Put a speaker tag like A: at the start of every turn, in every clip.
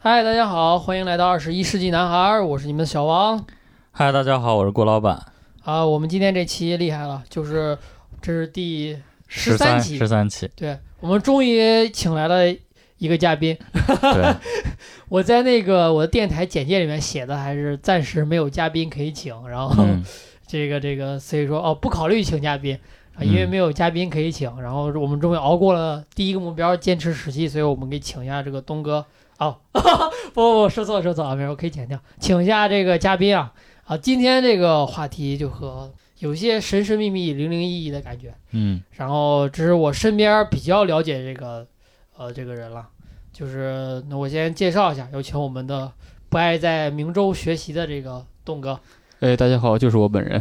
A: 嗨，大家好，欢迎来到二十一世纪男孩儿，我是你们的小王
B: 嗨，大家好，我是郭老板。
A: 啊。我们今天这期厉害了，就是这是第十
B: 三
A: 期，
B: 十三 期，
A: 对我们终于请来了一个嘉宾。
B: 对，
A: 我在那个我的电台简介里面写的还是暂时没有嘉宾可以请，然后
B: 嗯，
A: 这个这个，所以说哦不考虑请嘉宾。啊，
B: 嗯
A: 因为没有嘉宾可以请，然后我们终于熬过了第一个目标，坚持十期，所以我们可以请一下这个东哥。哦， 不不不，说错了说错啊了，没事，我可以剪掉，请一下这个嘉宾啊啊！今天这个话题就和有些神神秘秘、零零一一的感觉，
B: 嗯，
A: 然后这是我身边比较了解这个呃这个人了，就是那我先介绍一下，有请我们的不爱在明州学习的这个栋哥。
C: 哎，大家好，就是我本人，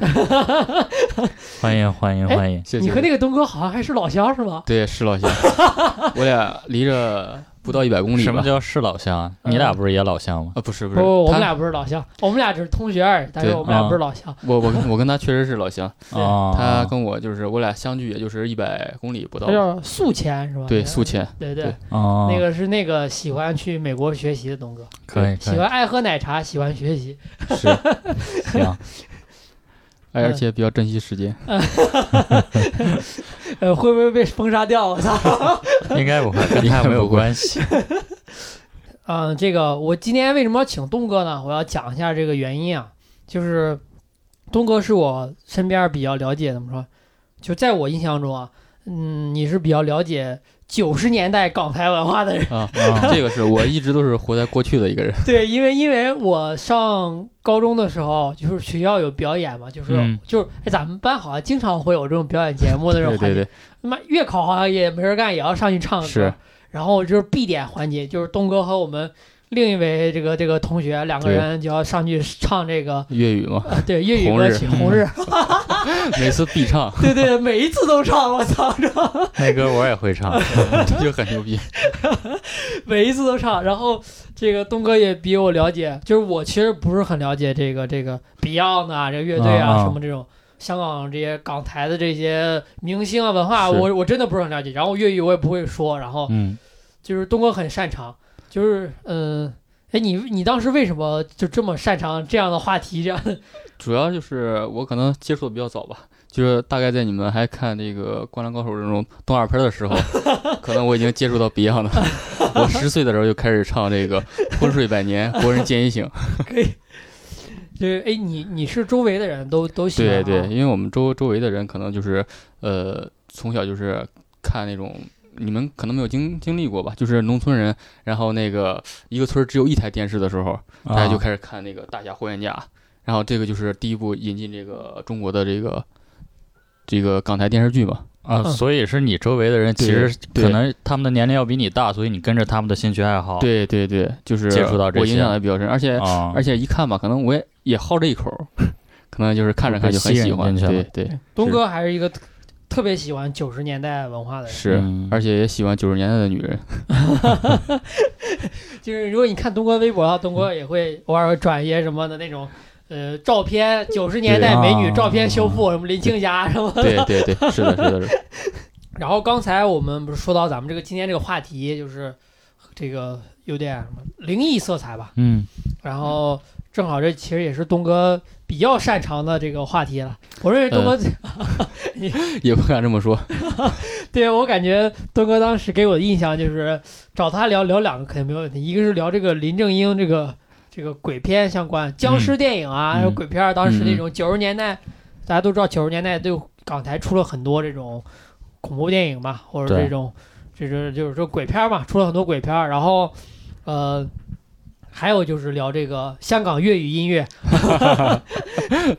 B: 欢迎欢迎
A: 哎
B: 欢迎。
C: 谢谢。
A: 你和那个东哥好像还是老乡是吗？
C: 对是老乡， 我俩离着不到一百公里吧？
B: 哎什么叫是老乡啊？
A: 嗯
B: 你俩不是也老乡吗？
C: 啊？不是不
A: 不
C: 是，
A: 我们
C: 他
A: 俩不是老乡，我们俩只是同学而已，但是
C: 对
A: 我们俩
B: 啊
A: 不是老乡。
C: 我我跟我跟他确实是 老乡，
A: 对
B: 哦，
C: 他跟我就是我俩相距也就是一百公里不到
A: 他，叫宿迁是吧？
C: 对宿迁，
A: 对对
C: 对啊
B: 哦，
A: 那个是那个喜欢去美国学习的东哥，
B: 可
C: 哎
B: 以可
A: 喜
B: 以
A: 欢爱喝奶茶，喜欢学习。
C: 是，
B: 行，
C: 哎，而且比较珍惜 时间，
A: 呃，会不会被封杀 掉？我操！
B: 应该不会，跟
C: 应
B: 他
C: 该
B: 没有
C: 不会
B: 关系。。
A: 嗯，这个我今天为什么要请东哥呢？我要讲一下这个原因啊，就是东哥是我身边比较了解，怎么说？就在我印象中啊，嗯，你是比较了解九十年代港台文化的人。
C: 啊
B: 啊
C: 这个是我一直都是活在过去的一个人，
A: 对，因为因为我上高中的时候，就是学校有表演嘛，就是、
B: 嗯
A: 就是、哎、咱们班好像经常会有这种表演节目的这种
C: 对
A: 环节。
C: 对对，
A: 他妈月考好像也没人干，也要上去唱歌。
C: 是。
A: 然后就是必点环节，就是东哥和我们另一位这个这个同学两个
C: 对
A: 人就要上去唱这个
C: 粤语嘛，
A: 呃对 粤语
C: 红
A: 歌
C: 日
A: 曲《红日》
C: 每次必唱，
A: 对对，每一次都唱，我操，这
B: 那歌我也会唱，
C: 这就很牛逼。
A: 每一次都唱。然后这个东哥也比我了解，就是我其实不是很了解这个这个 Beyond 啊，这个乐队
B: 啊
A: 啊
B: 啊
A: 什么这种。香港这些港台的这些明星啊，文化啊，
C: 是
A: 我我真的不是很了解。然后粤语我也不会说，然后
B: 嗯，
A: 就是东哥很擅长，就是嗯，哎，你你当时为什么就这么擅长这样的话题？这样的
C: 主要就是我可能接触的比较早吧，就是大概在你们还看这个《灌篮高手》这种动画片的时候，可能我已经接触到 Beyond 了。我十岁的时候就开始唱这个《昏睡百年》《国人皆已醒》。
A: 可以， 就是哎，你你是周围的人都都喜欢、
C: 对
A: 啊，
C: 对，因为我们周周围的人可能就是呃，从小就是看那种。你们可能没有经经历过吧，就是农村人，然后那个一个村儿只有一台电视的时候，
B: 嗯
C: 大
B: 啊
C: 家就开始看那个《大侠霍元甲》，然后这个就是第一部引进这个中国的这个这个港台电视剧嘛。
B: 啊，
A: 嗯
B: 所以是你周围的人，其
C: 对
B: 实
C: 对
B: 可能他们的年龄要比你大，所以你跟着他们的兴趣爱好。
C: 对对对，就是
B: 接触到这
C: 我影
B: 些
C: 响的比较深，而且、
B: 啊，
C: 而且一看吧，可能我也也好这一口儿，可能就是看着看着就很
B: 被吸
C: 喜
B: 引
C: 欢。
B: 进去
C: 对
B: 了
C: 对
A: 东哥还是一个特特别喜欢九十年代文化的人，
C: 是，
B: 嗯
C: 而且也喜欢九十年代的 女人。
A: 就是如果你看东哥微博啊，东
B: 嗯
A: 哥也会偶尔转一些什么的那种。呃，照片九十年代
B: 对
A: 美女
B: 啊
A: 照片修复，什么林青霞什么的。
C: 对对对，是的是的是的，
A: 然后刚才我们不是说到咱们这个今天这个话题，就是这个有点什么灵异色彩吧？
B: 嗯，
A: 然后正好这其实也是东哥比较擅长的这个话题了。我认为东
B: 嗯
A: 哥，
C: 也不敢这么说。
A: 对我感觉东哥当时给我的印象就是找他聊聊两个肯定没问题，一个是聊这个林正英这个这个鬼片相关僵尸电影啊，
B: 嗯
A: 还有鬼片儿，当时那种九十年代，大家都知道九十年代对港台出了很多这种恐怖电影嘛，或者
B: 对
A: 这种这就是就是说鬼片儿嘛，出了很多鬼片儿，然后呃。还有就是聊这个香港粤语音乐，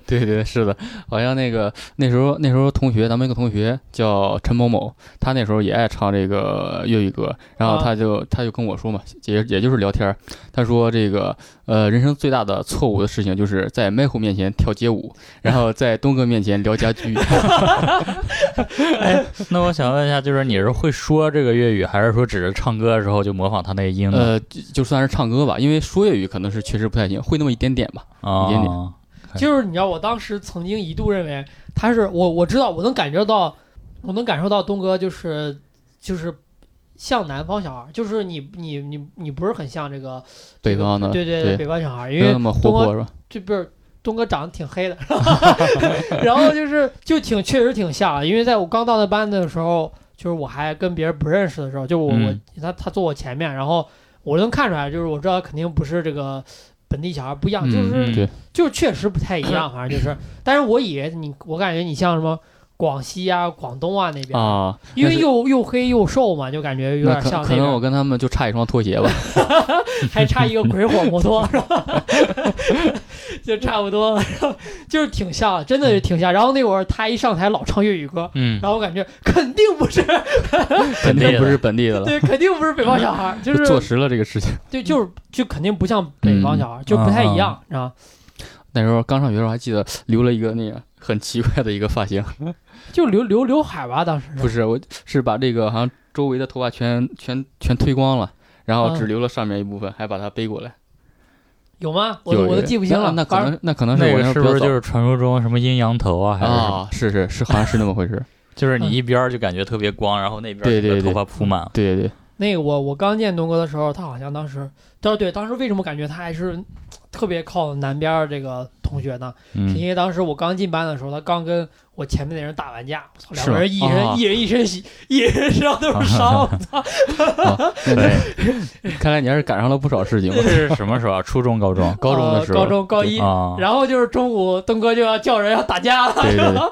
C: 对对对是的，好像那个那时候那时候同学，咱们一个同学叫陈某某，他那时候也爱唱这个粤语歌，然后
A: 啊
C: 他就、他就跟我说嘛，也也就是聊天儿，他说这个呃人生最大的错误的事情就是在 Michael 面前跳街舞，然后在东哥面前聊 家居，
B: 那我想问一下，就是你是会说这个粤语，还是说只是唱歌的时候就模仿他那个音呢？
C: 呃就就算是唱歌吧，因为说粤语可能是确实不太行，会那么一点点吧，
B: 啊
C: 一点点哎
B: 对
A: 就是你知道，我当时曾经一度认为他是我，我知道，我能感觉到，我能感受到东哥就是就是像南方小孩，就是你你你你不是很像这个
C: 北方的，
A: 对对
C: 对
A: 北方小孩，
C: 没
A: 因
C: 有那
A: 为
C: 么活
A: 东
C: 泼
A: 哥
C: 是吧？
A: 这不是东哥长得挺黑的， 然后就是就挺确实挺像，因为在我刚到那班的时候，就是我还跟别人不认识的时候，就我、
B: 嗯
A: 我他他坐我前面，然后我能看出来，就是我知道肯定不是这个本地小孩不一样，就是、
B: 嗯
C: 对
A: 就是确实不太一 样，反正就是，但是我以为你，我感觉你像什么广西啊、广东啊那边，
C: 啊，
A: 因为
C: 那是
A: 又又黑又瘦嘛，就感觉有
C: 那
A: 点
C: 可
A: 像
C: 可
A: 边
C: 能我跟他们就差一双拖 鞋吧。
A: 还差一个鬼火摩托，是吧？ 就差不多， 就是挺像，真的是挺像。然后那会儿他一上台老唱粤语歌，
B: 嗯，
A: 然后我感觉肯定不是，
C: 嗯肯
B: 地
C: 定不
B: 的
C: 是本地的了，
A: 对，肯定不是北方小孩儿， 就
C: 坐
A: 是
C: 实了这个事情。
A: 对，就是就肯定不像
C: 嗯
A: 北方小孩儿，就不太一样，啊。
C: 那时候刚上学的时候，还记得留了一个那个很奇怪的一个发型，
A: 嗯就留留刘海吧，当时
C: 不是，我是把这个好像周围的头发全全全推光了，然后只
A: 嗯
C: 留了上面一部分，还把它背过来。
A: 有吗？我
C: 有
A: 我
C: 有
A: 都记不清了。
C: 那那可
A: 反正
C: 能那可能是
B: 那
C: 我
B: 个
C: 时
B: 是
C: 候比
B: 不
C: 较
B: 是
C: 早
B: 就是传说中什么阴阳头啊，还是
A: 哦
B: 什么
C: 啊？是是是，好像是那么回事。
B: 就是
A: 嗯
B: 你一边儿就感觉特别光，然后那边儿
C: 对对
B: 整个
C: 对
B: 头发铺满 了。
C: 对对
A: 那个我我刚见东哥的时候，他好像当时，但是对当时为什么感觉他还是特别靠南边儿这个同学呢？是
B: 嗯，
A: 因为当时我刚进班的时候，他刚跟我前面的人打完架，我操，两
C: 是
A: 个
C: 吗
A: 人一人、
C: 啊
A: 一人一身血，一人身上都是伤， 呃我操！ 哎
B: 对，
C: 对，看来你还是赶上了不少事情吧
B: 这。是什么时候啊？初中、高 中
C: 高中的
A: 呃
C: 时候，
A: 高中高一。
B: 啊？
A: 然后就是中午，东哥就要叫人要打架了，
C: 对哎对 对
A: 然后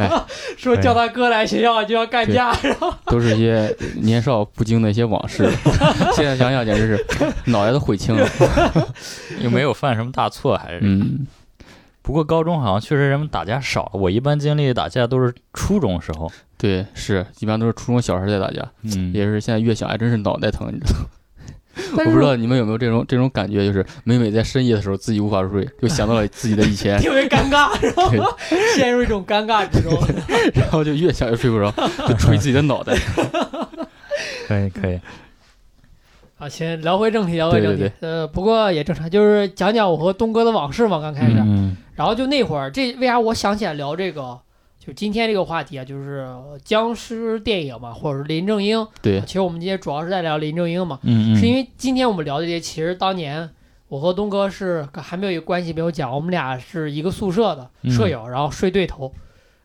A: 然后说叫他哥来学校就要干架， 然后
C: 都是一些年少不经的一些往事， 现在想想简直是脑袋都悔青了。
B: 又没有犯什么大错，还是。
C: 嗯，
B: 不过高中好像确实人们打架少了，我一般经历打架都是初中时候。
C: 对，是一般都是初中小时候在打架，
B: 嗯，
C: 也是现在越想还真是脑袋疼，你知道吗？
A: 但
C: 我
A: 是
C: 不知道你们有没有这种这种感觉，就是每每在深夜的时候自己无法入睡，就想到了自己的 以前，
A: 特别尴尬，然后陷入一种尴尬之中。
C: 然后就越想越睡不着，就捶自己的脑袋。
B: 可以 可以。
A: 啊，行，聊回正题，聊回正题。
C: 对对
A: 呃，不过也正常，就是讲讲我和东哥的往事嘛，刚开始。
B: 嗯，
A: 然后就那会儿，这为啥我想起来聊这个，就今天这个话题啊，就是呃僵尸电影嘛，或者是林正英。
C: 对
A: 其实我们今天主要是在聊林正英嘛，
B: 嗯嗯，
A: 是因
B: 为
A: 为今天我们聊这些，其实当年我和东哥是还没有一个关系没有讲，我们俩是一个宿舍的
B: 嗯
A: 舍友，然后睡对头。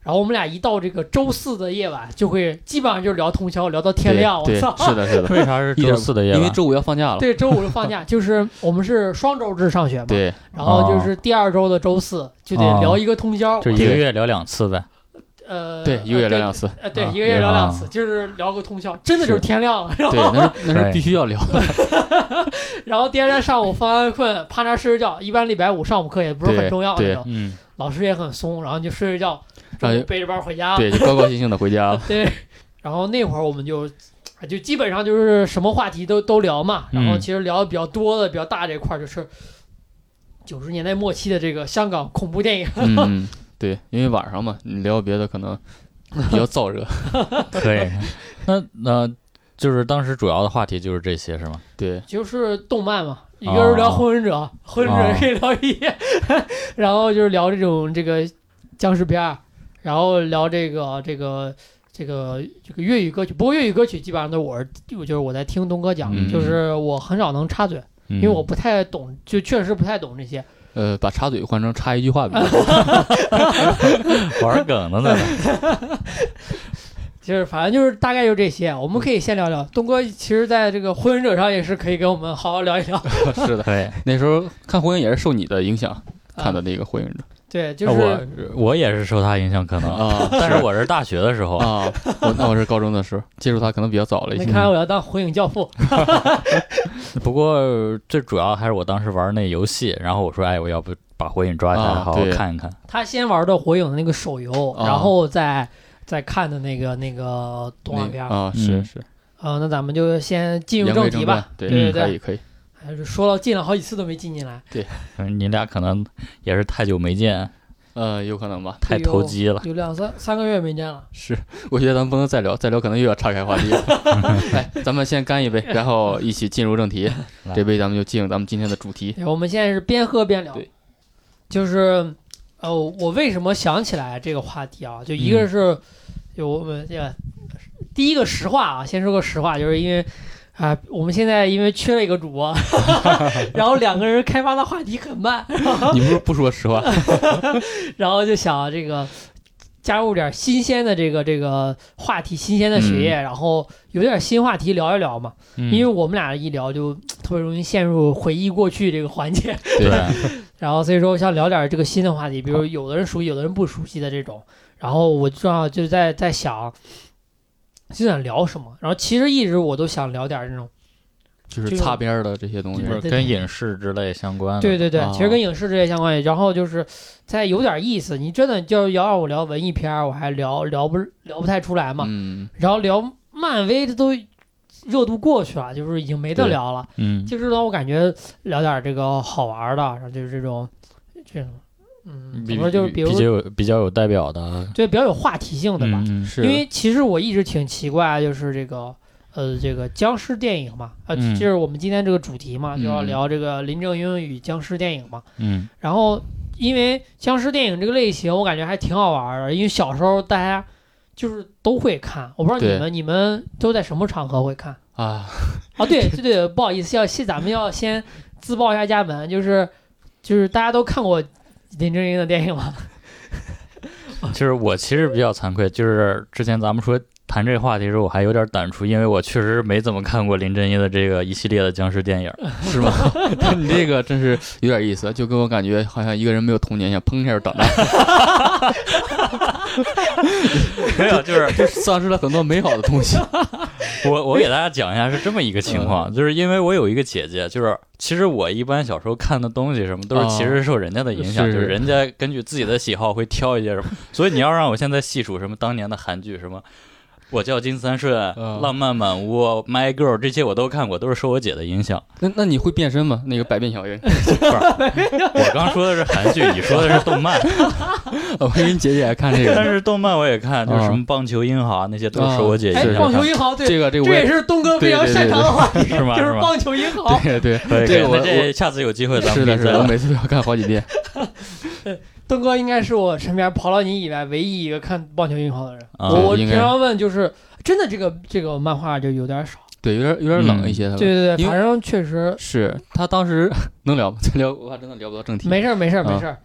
A: 然后我们俩一到这个周四的夜晚，就会基本上就聊通宵，聊到 天
C: 对
A: 亮。我
C: 对，
A: 操！
C: 是的，是的，
B: 为啥是周四的 夜
C: 因为
B: 晚？
C: 周五要放假了。
A: 对，周五就放 假，就是我们是双周制上学嘛，
C: 对，哦
A: 然后就是第二周的周四就得聊一个通宵，
B: 就一个月聊两次呗。
A: 呃，
C: 对，一个月聊两
A: 次，
C: 次，
A: 呃，对，
C: 啊
A: 一个月聊两次，
B: 啊
A: 就是聊个通宵，真的就是
C: 是
A: 天亮 了，然
C: 对，
A: 后
C: 那 是
B: 哎
C: 那是必须要 聊。
A: 啊然后第二天上午方案困，趴那儿睡睡觉，一般礼拜五上午课也不是很重要那
C: 对
A: 种，
B: 嗯，
A: 老师也很松，然后你就睡睡觉，
C: 然后
A: 中午
C: 就
A: 背着包回家，
C: 对，就高高兴兴的回家 了。
A: 对，然后那会儿我们就。哎就基本上就是什么话题都都聊嘛，然后
B: 嗯
A: 其实聊的比较多的、比较大这块儿就是九十年代末期的这个香港恐怖电影，
C: 嗯，对，因为晚上嘛，你聊别的可能比较燥 热。
B: 可 以。那那就是当时主要的话题就是这些是吗？
C: 对，
A: 就是动漫嘛，一个人
B: 哦
A: 聊《火影忍者》火影忍者》可以聊一夜， 然后就是聊这种这个僵尸片儿，然后聊这个这个这个这个粤语歌曲。不过粤语歌曲基本上都是我是就是我在听东哥讲的，
B: 嗯
A: 就是我很少能插嘴，
B: 因
A: 因为我不太懂，就确实不太懂这些。
C: 呃，把插嘴换成插一句话比较好。
B: 玩梗的呢。
A: 就是反正就是大概就这些，我
C: 嗯
A: 们可以先聊聊。东哥其实在这个《火影忍者》上也是可以跟我们好好聊一聊。
C: 是 的，
B: 可以。
C: 那时候看火影也是受你的影响 看的那个火影忍者
A: 啊对，就
B: 那
A: 是
B: 我我也是受他影 响，可能。
C: 啊，
B: 但是我是大学的时候，
C: 啊，我那我是高中的时候接触他可能比较早了一
A: 你
C: 些。嗯
A: 看来我要当火影教父。
B: 不过最主要还是我当时玩那游戏，然后我说，哎，我要不把火影抓起来，
C: 啊
B: 好好
C: 对
B: 看一看。
A: 他先玩的《火影》的那个手游，
C: 啊
A: 然后再再看的那个那个动画
C: 那
A: 片
C: 个
A: 儿。
C: 啊，是
B: 嗯
C: 是，
A: 啊、那咱们就先进入
C: 言归
A: 题
C: 传
A: 吧。，
C: 对嗯
A: 对对
C: 可以可以，
A: 还是说了进了好几次都没进进来，
B: 嗯你俩可能也是太久没见，
C: 呃，有可能吧。
B: 太投机了。
A: 有两三三个月没见了。
C: 是，我觉得咱们不能再聊，再聊可能又要岔开话 题了。来，咱们先干一杯，然后一起进入正题。
B: 来
C: 这杯咱们就进入咱们今天的主题。
A: 对，我们现在是边喝边聊
C: 对。
A: 就是，呃，我为什么想起来这个话题啊？就一个是，就我们这个第一个实话啊，先说个实话，就是因为啊、我们现在因为缺了一个主播，然后两个人开发的话题很慢，
C: 你不是不说实 话，
A: 然后就想这个加入点新鲜的这个这个话题，新鲜的血液，然后有点新话题聊一聊嘛。哎
B: 嗯
A: 因为我们俩一聊就特别容易陷入回忆过去这个环节，
B: 对，
A: 然后所以说我想聊点这个新的话题，比如有的人熟悉，有的人不熟悉的这种。然后我正好就在在想，就想聊什么。然后其实一直我都想聊点这种，
C: 就是
A: 这个
C: 擦边儿的这些东西
A: 对
B: 就，是
A: 对
B: 跟影视之类相关的。
A: 对对对，
C: 啊
A: 其实跟影视这些相关。然后就是在有点意思，你真的就要让我聊文艺片儿，我还聊聊不聊不太出来嘛。
C: 嗯，
A: 然后聊漫威，这都热度过去了，就是已经没得
B: 对
A: 聊了。
B: 嗯，
A: 就是呢，我感觉聊点这个好玩儿的，然后就是这种这种，嗯，怎
B: 比
A: 么说就是比如
B: 比较有比较有代表的，
A: 对比较有话题性的吧。
B: 嗯嗯
C: 是
A: 因为其实我一直挺奇怪，啊就是这个呃，这个僵尸电影嘛，呃，
B: 嗯
A: 就是我们今天这个主题嘛，就要
C: 嗯
A: 聊这个林正英与僵尸电影嘛。
B: 嗯，
A: 然后因为僵尸电影这个类型，我感觉还挺好玩儿的，因为小时候大家。就是都会看，我不知道你
C: 对
A: 们你们都在什么场合会看？
C: 啊，
A: 啊，对对对，不好意思，要先咱们要先自报一下家门，就是就是大家都看过林正英的电影吗？
B: 就是我其实比较惭愧，就是之前咱们说谈这个话题的时候，我还有点胆怵，因为我确实没怎么看过林正英的这个一系列的僵尸电影。
C: 是吗？ 但你这个真是有点意思，就跟我感觉好像一个人没有童年一样，砰一下就长大，
B: 没有，就是
C: 就 丧失了很多美好的东西。
B: 我我给大家讲一下是这么一个情况，就是因为我有一个姐姐，就是其实我一般小时候看的东西什么都是
C: 哦
B: 其实受人家的影响，
C: 是
B: 就是人家根据自己的喜好会挑一些什么，所以你要让我现在细数什么当年的韩剧什么。我叫金三顺，
C: 嗯
B: 浪漫满屋，My Girl，这些我都看过，都是受我姐的影响。
C: 那那你会变身吗？那个百变小樱，
B: 我刚说的是韩剧，你说的是动漫，
C: 我跟你姐姐也看这
B: 但
C: 个，
B: 是动漫我也看，就是什么棒球英豪啊那些都是受我姐影
A: 哎，
B: 响。
A: 棒球英豪，对，
C: 这个这个
A: 这
C: 我
A: 也
C: 也
A: 是东哥非常
C: 对对对
A: 擅长的话题，
B: 是吗？
A: 就是是
B: 吗？
A: 棒球英豪。
C: 对对，
B: 可以，可
C: 这
B: 以
C: 个我
B: 那这下次有机会咱
C: 是
B: 们
C: 的，
B: 可以
C: 是
B: 再
C: 的，我
B: 聊。
C: 每次都要看好几遍。
A: 东哥应该是我身边刨了你以外唯一一个看棒球英豪的人。
B: 啊
A: 我我
C: 应
A: 平
C: 该
A: 常问就是真的这个这个漫画就有点少。
C: 对，有点有点
B: 嗯
C: 冷一些，他们
A: 对对对，
C: 因为
A: 反正确实
C: 是他当时能聊吗？ 咱聊我怕真的聊不到正题，
A: 没事儿没事儿
C: 啊
A: 没事儿。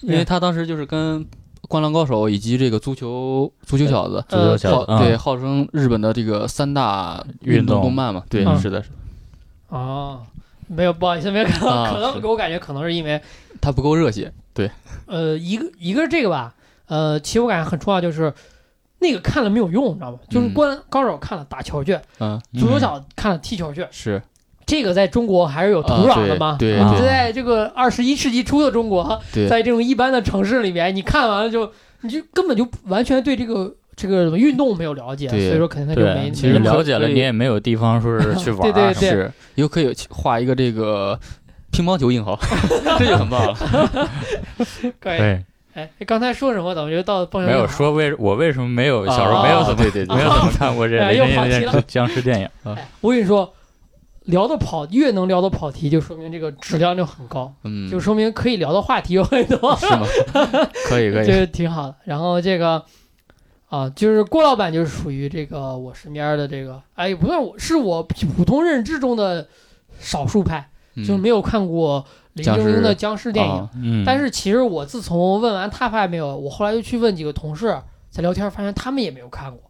C: 因为他当时就是跟《灌篮高手》以及这个足球足球小子，
B: 足球
A: 呃
B: 小子
C: 号
B: 啊
C: 对号称日本的这个三大运
B: 运动
C: 动动漫嘛，对
B: 嗯，
C: 是的，是的
A: 哦，没有不好意思，没有看到，
C: 啊
A: 可
C: 是
A: 能我感觉可能是因为
C: 他不够热血，嗯
A: 呃，一个一个是这个吧，呃，其实我感觉很重要就是。那个看了没有用，你知道吗？就是
C: 嗯
A: 《灌篮高手》看了打球去，
C: 嗯，
A: 足球小子看了踢球去，
C: 是
A: 这个在中国还是有土
C: 啊
A: 壤
C: 对
A: 的嘛。
C: 对
B: 啊
A: 你
C: 对
A: 在这个二十一世纪初的中国，
C: 对
A: 在这种一般的城市里面，你看完了就，你就根本就完全对这个这个运动没有了解，所
C: 对
A: 以说肯定就没没
B: 对，你
A: 那么
B: 了解了，你也没有地方 说是去玩儿。
A: 对对对
C: 是，又可以画一个这个乒乓球硬 啊豪，这就很棒了。
A: 可以。
B: 对，
A: 哎，刚才说什么？怎么就到棒球
B: 没
A: 场
B: 有
A: 了
B: 说为我为什么没有小时候
C: 啊
B: 没 有怎么
C: 对对对
B: 没有怎么看过这
A: 哦哎
B: 类
A: 又
B: 那
A: 跑题了
B: 些僵尸 电影。
A: 哎我跟你说，聊的跑越能聊到跑题，就说明这个质量就很高，
C: 嗯，
A: 就说明可以聊的话题有很多，
C: 是 吗？可以可以，
A: 这挺好的。然后这个啊，就是郭老板就是属于这个我身边的这个，哎，不算我是我普通认知中的少数派，
C: 嗯
A: 就是没有看过林正英的僵尸电影。
C: 啊
B: 嗯，
A: 但是其实我自从问完他发现没有，我后来又去问几个同事，在聊天发现他们也没有看过。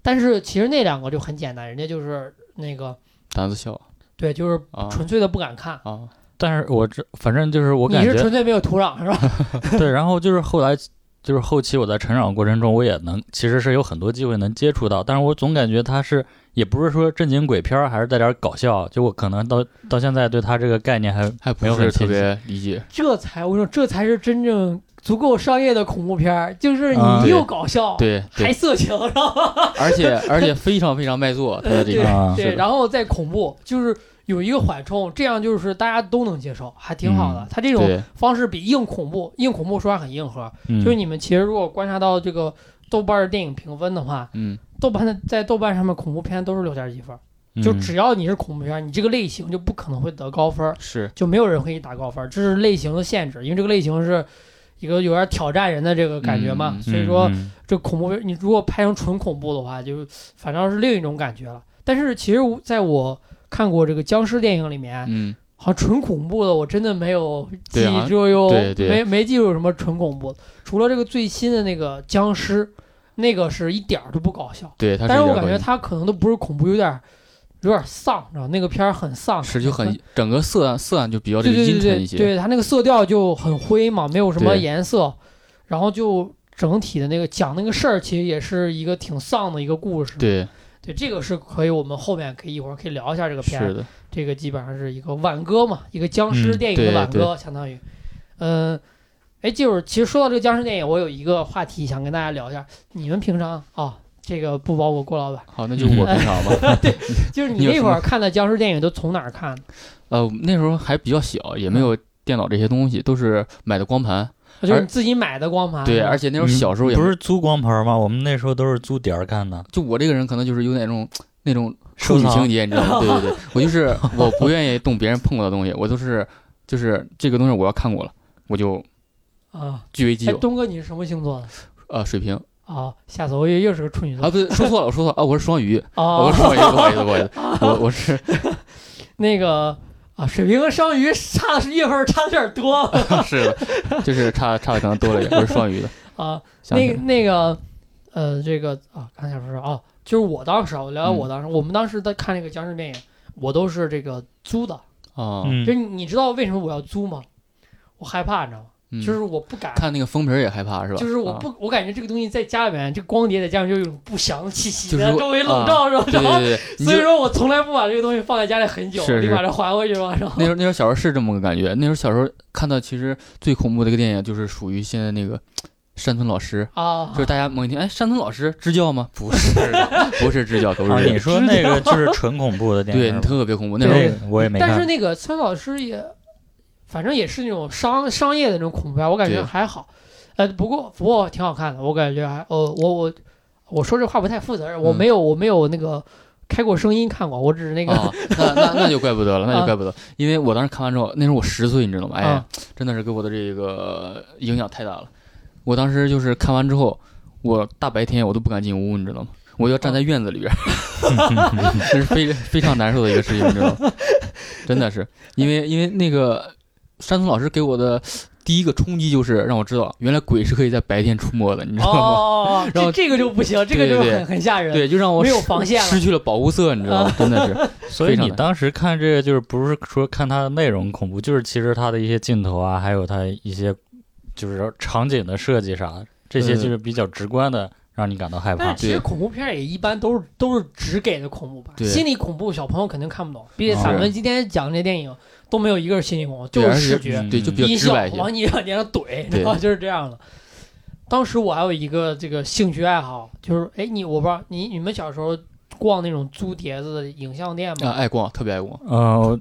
A: 但是其实那两个就很简单，人家就是那个
C: 胆子小
A: 对，就是
C: 啊
A: 纯粹的不敢看。
C: 啊，
B: 但是我这反正就是我
A: 你
B: 感
A: 是
B: 觉
A: 纯粹没有土壤是吧？
B: 对，然后就是后来就是后期我在成长过程中，我也能其实是有很多机会能接触到，但是我总感觉他是也不是说正经鬼片儿，还是带点儿搞笑，就我可能到到现在对他这个概念还
C: 还不
B: 没有很
C: 是特
B: 清晰
C: 别理解。
A: 这才我说这才是真正足够商业的恐怖片儿，就是
B: 啊
A: 你又搞笑，
C: 对
A: 哦还
C: 对，
A: 色情，然后
C: 而且而且非常非常卖座，他的这个
B: 啊
C: 是
A: 对，
C: 的
A: 然后再恐怖，就是有一个缓冲，这样就是大家都能接受，还挺好的
B: 嗯。
A: 他这种
C: 对
A: 方式比硬恐怖，硬恐怖说话很硬核，
B: 嗯
A: 就是你们其实如果观察到这个豆瓣儿电影评分的话，
C: 嗯
A: 豆瓣的在豆瓣上面恐怖片都是六点几分儿，就
B: 嗯
A: 只要你是恐怖片儿，你这个类型就不可能会得高分儿，
C: 是
A: 就没有人会给你打高分儿，这是类型的限制，因为这个类型是一个有点挑战人的这个感觉嘛。
C: 嗯
A: 所以说，
B: 嗯
A: 这恐怖片你如果拍成纯恐怖的话，就反倒是另一种感觉了。但是其实我在我看过这个僵尸电影里面，
C: 嗯，
A: 好像纯恐怖的我真的没有记
C: 对啊
A: 住有、
C: 对对
A: 没没记住有什么纯恐怖的，除了这个最新的那个僵尸，那个是一点儿都不搞笑。
C: 对，它
A: 但
C: 是
A: 是
C: 有
A: 我
C: 点
A: 感觉
C: 搞
A: 它可能都不是恐怖，有点儿有点儿丧，知道那个片儿很丧，
C: 是就很整个色暗色暗就比较这
A: 嗯对
C: 个
A: 对对
C: 阴沉
A: 对
C: 一些，
A: 对，它那个色调就很灰嘛，没有什么
C: 对
A: 颜色，然后就整体的那个讲那个事儿，其实也是一个挺丧的一个故事。
C: 对
A: 对这个是可以，我们后面可以一会儿可以聊一下这个片儿
C: 是。的，
A: 这个基本上是一个挽歌嘛，一个僵尸
B: 嗯
A: 电影的
C: 对
A: 挽歌，相当于，嗯，哎，就是其实说到这个僵尸电影，我有一个话题想跟大家聊一下，你们平常啊、这个不包括郭老板，
C: 好，那就我平常 吧。
A: 就是你
C: 你有
A: 那
C: 什
A: 会
C: 么
A: 儿看的僵尸电影都从哪儿看的？
C: 呃，那时候还比较小，也没有电脑这些东西，都是买的光盘。
A: 就是
C: 而
A: 你自己买的光盘，
C: 对，而
A: 且
C: 且那时候小时候也
B: 嗯不
C: 没
B: 是租光盘吗？我们那时候都是租碟儿看的，
C: 就我这个人可能就是有点那种那种处
B: 收
C: 女情
B: 藏。
C: 节，你知道 吗？对对对，我就是我不愿意动别人碰过的东西，我都是就是这个东西我要看过了，我就
A: 啊，
C: 据为己
A: 哎，
C: 有。
A: 东哥你是什么星座的？
C: 呃，水平
A: 啊，下次我又又是个处女座
C: 啊，不是说错了，我说错了啊，我是双鱼，我
A: 啊
C: 是，双鱼，不好意思，不好意思，我我是
A: 那个啊，水瓶和双鱼差的是月份儿差的有点多
C: 是的，就是差差的可能多 了一点，我是双鱼的。
A: 啊，
C: 想起
A: 那
C: 来
A: 个那个，呃，这个啊，刚才不是啊，就是我当时啊，我聊聊
C: 嗯
A: 我当时，我们当时在看那个僵尸电影，我都是这个租的，
C: 啊，
A: 就
B: 嗯，
A: 是你知道为什么我要租吗？我害怕，你知道吗？
C: 嗯
A: 就是我不敢。
C: 看那个封皮儿也害怕是吧？
A: 就是我
C: 啊
A: 不，我感觉这个东西在家里面，这光碟在家里面就有种不祥的气息，
C: 就是
A: 在
C: 我
A: 周围笼
C: 啊
A: 罩着，
C: 对
A: 然
C: 对
A: 后
C: 对，你就
A: 所以说我从来不把这个东西放在家里很久，
C: 是
A: 你
C: 是
A: 把这还回去吧，然后
C: 那时候那时候小时候是这么个感觉。那时候小时候看到其实最恐怖的一个电影就是属于现在那个山村老师，
A: 啊
C: 就是大家猛一听，哎，山村老师支教吗？不是的，不是支教，都
B: 啊，
C: 是
B: 你说那个就是纯恐怖的电
C: 对
B: 影
C: 你
B: 是吧，
C: 特别恐怖。那时候
A: 对
B: 对，我也没
A: 但是
B: 看。
A: 那个崔老师也，反正也是那种商商业的那种恐怖片，我感觉
C: 对
A: 还好。呃，不过不过挺好看的，我感觉还呃我我我说这话不太负责任，我
C: 嗯
A: 没有我没有那个开过声音看过，我只是那个、 嗯
C: 啊，那那那就怪不得了，那就怪不得，因为我当时看完之后，那时候我十岁，你知道吗？哎呀，真的是给我的这个影响太大了。我当时就是看完之后，我大白天我都不敢进屋，你知道吗？我要站在院子里边儿， 这是非非常难受的一个事情，你知道吗？真的是，因为因为那个山村老师给我的第一个冲击就是让我知道，原来鬼是可以在白天出没的，你知
A: 哦
C: 道吗？
A: 哦哦，
C: 然
A: 这
C: 后
A: 这个就不行，这个就
C: 对对
A: 很很吓人。
C: 对，就让我
A: 没有
C: 失
A: 防线了嗯
C: 失去了保护色，你知道吗？真的是，
B: 所以
C: 非常
B: 你
C: 难
B: 当时看这个，就是不是说看它的内容恐怖，就是其实它的一些镜头啊，还有它一些就是场景的设计啥，这些
C: 嗯
B: 就是比较直观的让你感到害
A: 但
B: 怕
A: 是。其实
C: 对
A: 恐怖片也一般都是都是只给的恐怖吧，
C: 对
A: 心理恐怖小朋友肯定看不懂。毕竟
B: 是
A: 咱们今天讲这些电影都没有一个是心理恐怖，就
C: 对而
A: 是
C: 且
A: 视觉。
C: 对，就比较
A: 一
C: 直
A: 笑
C: 白一些。
A: 往你脸上怼，
C: 对
A: 然后就是这样的。当时我还有一个这个兴趣爱好，就是哎，你我不知道你你们小时候逛那种租碟子的影像店
C: 啊，
A: 吗？
C: 爱逛，特别爱逛。
B: 呃，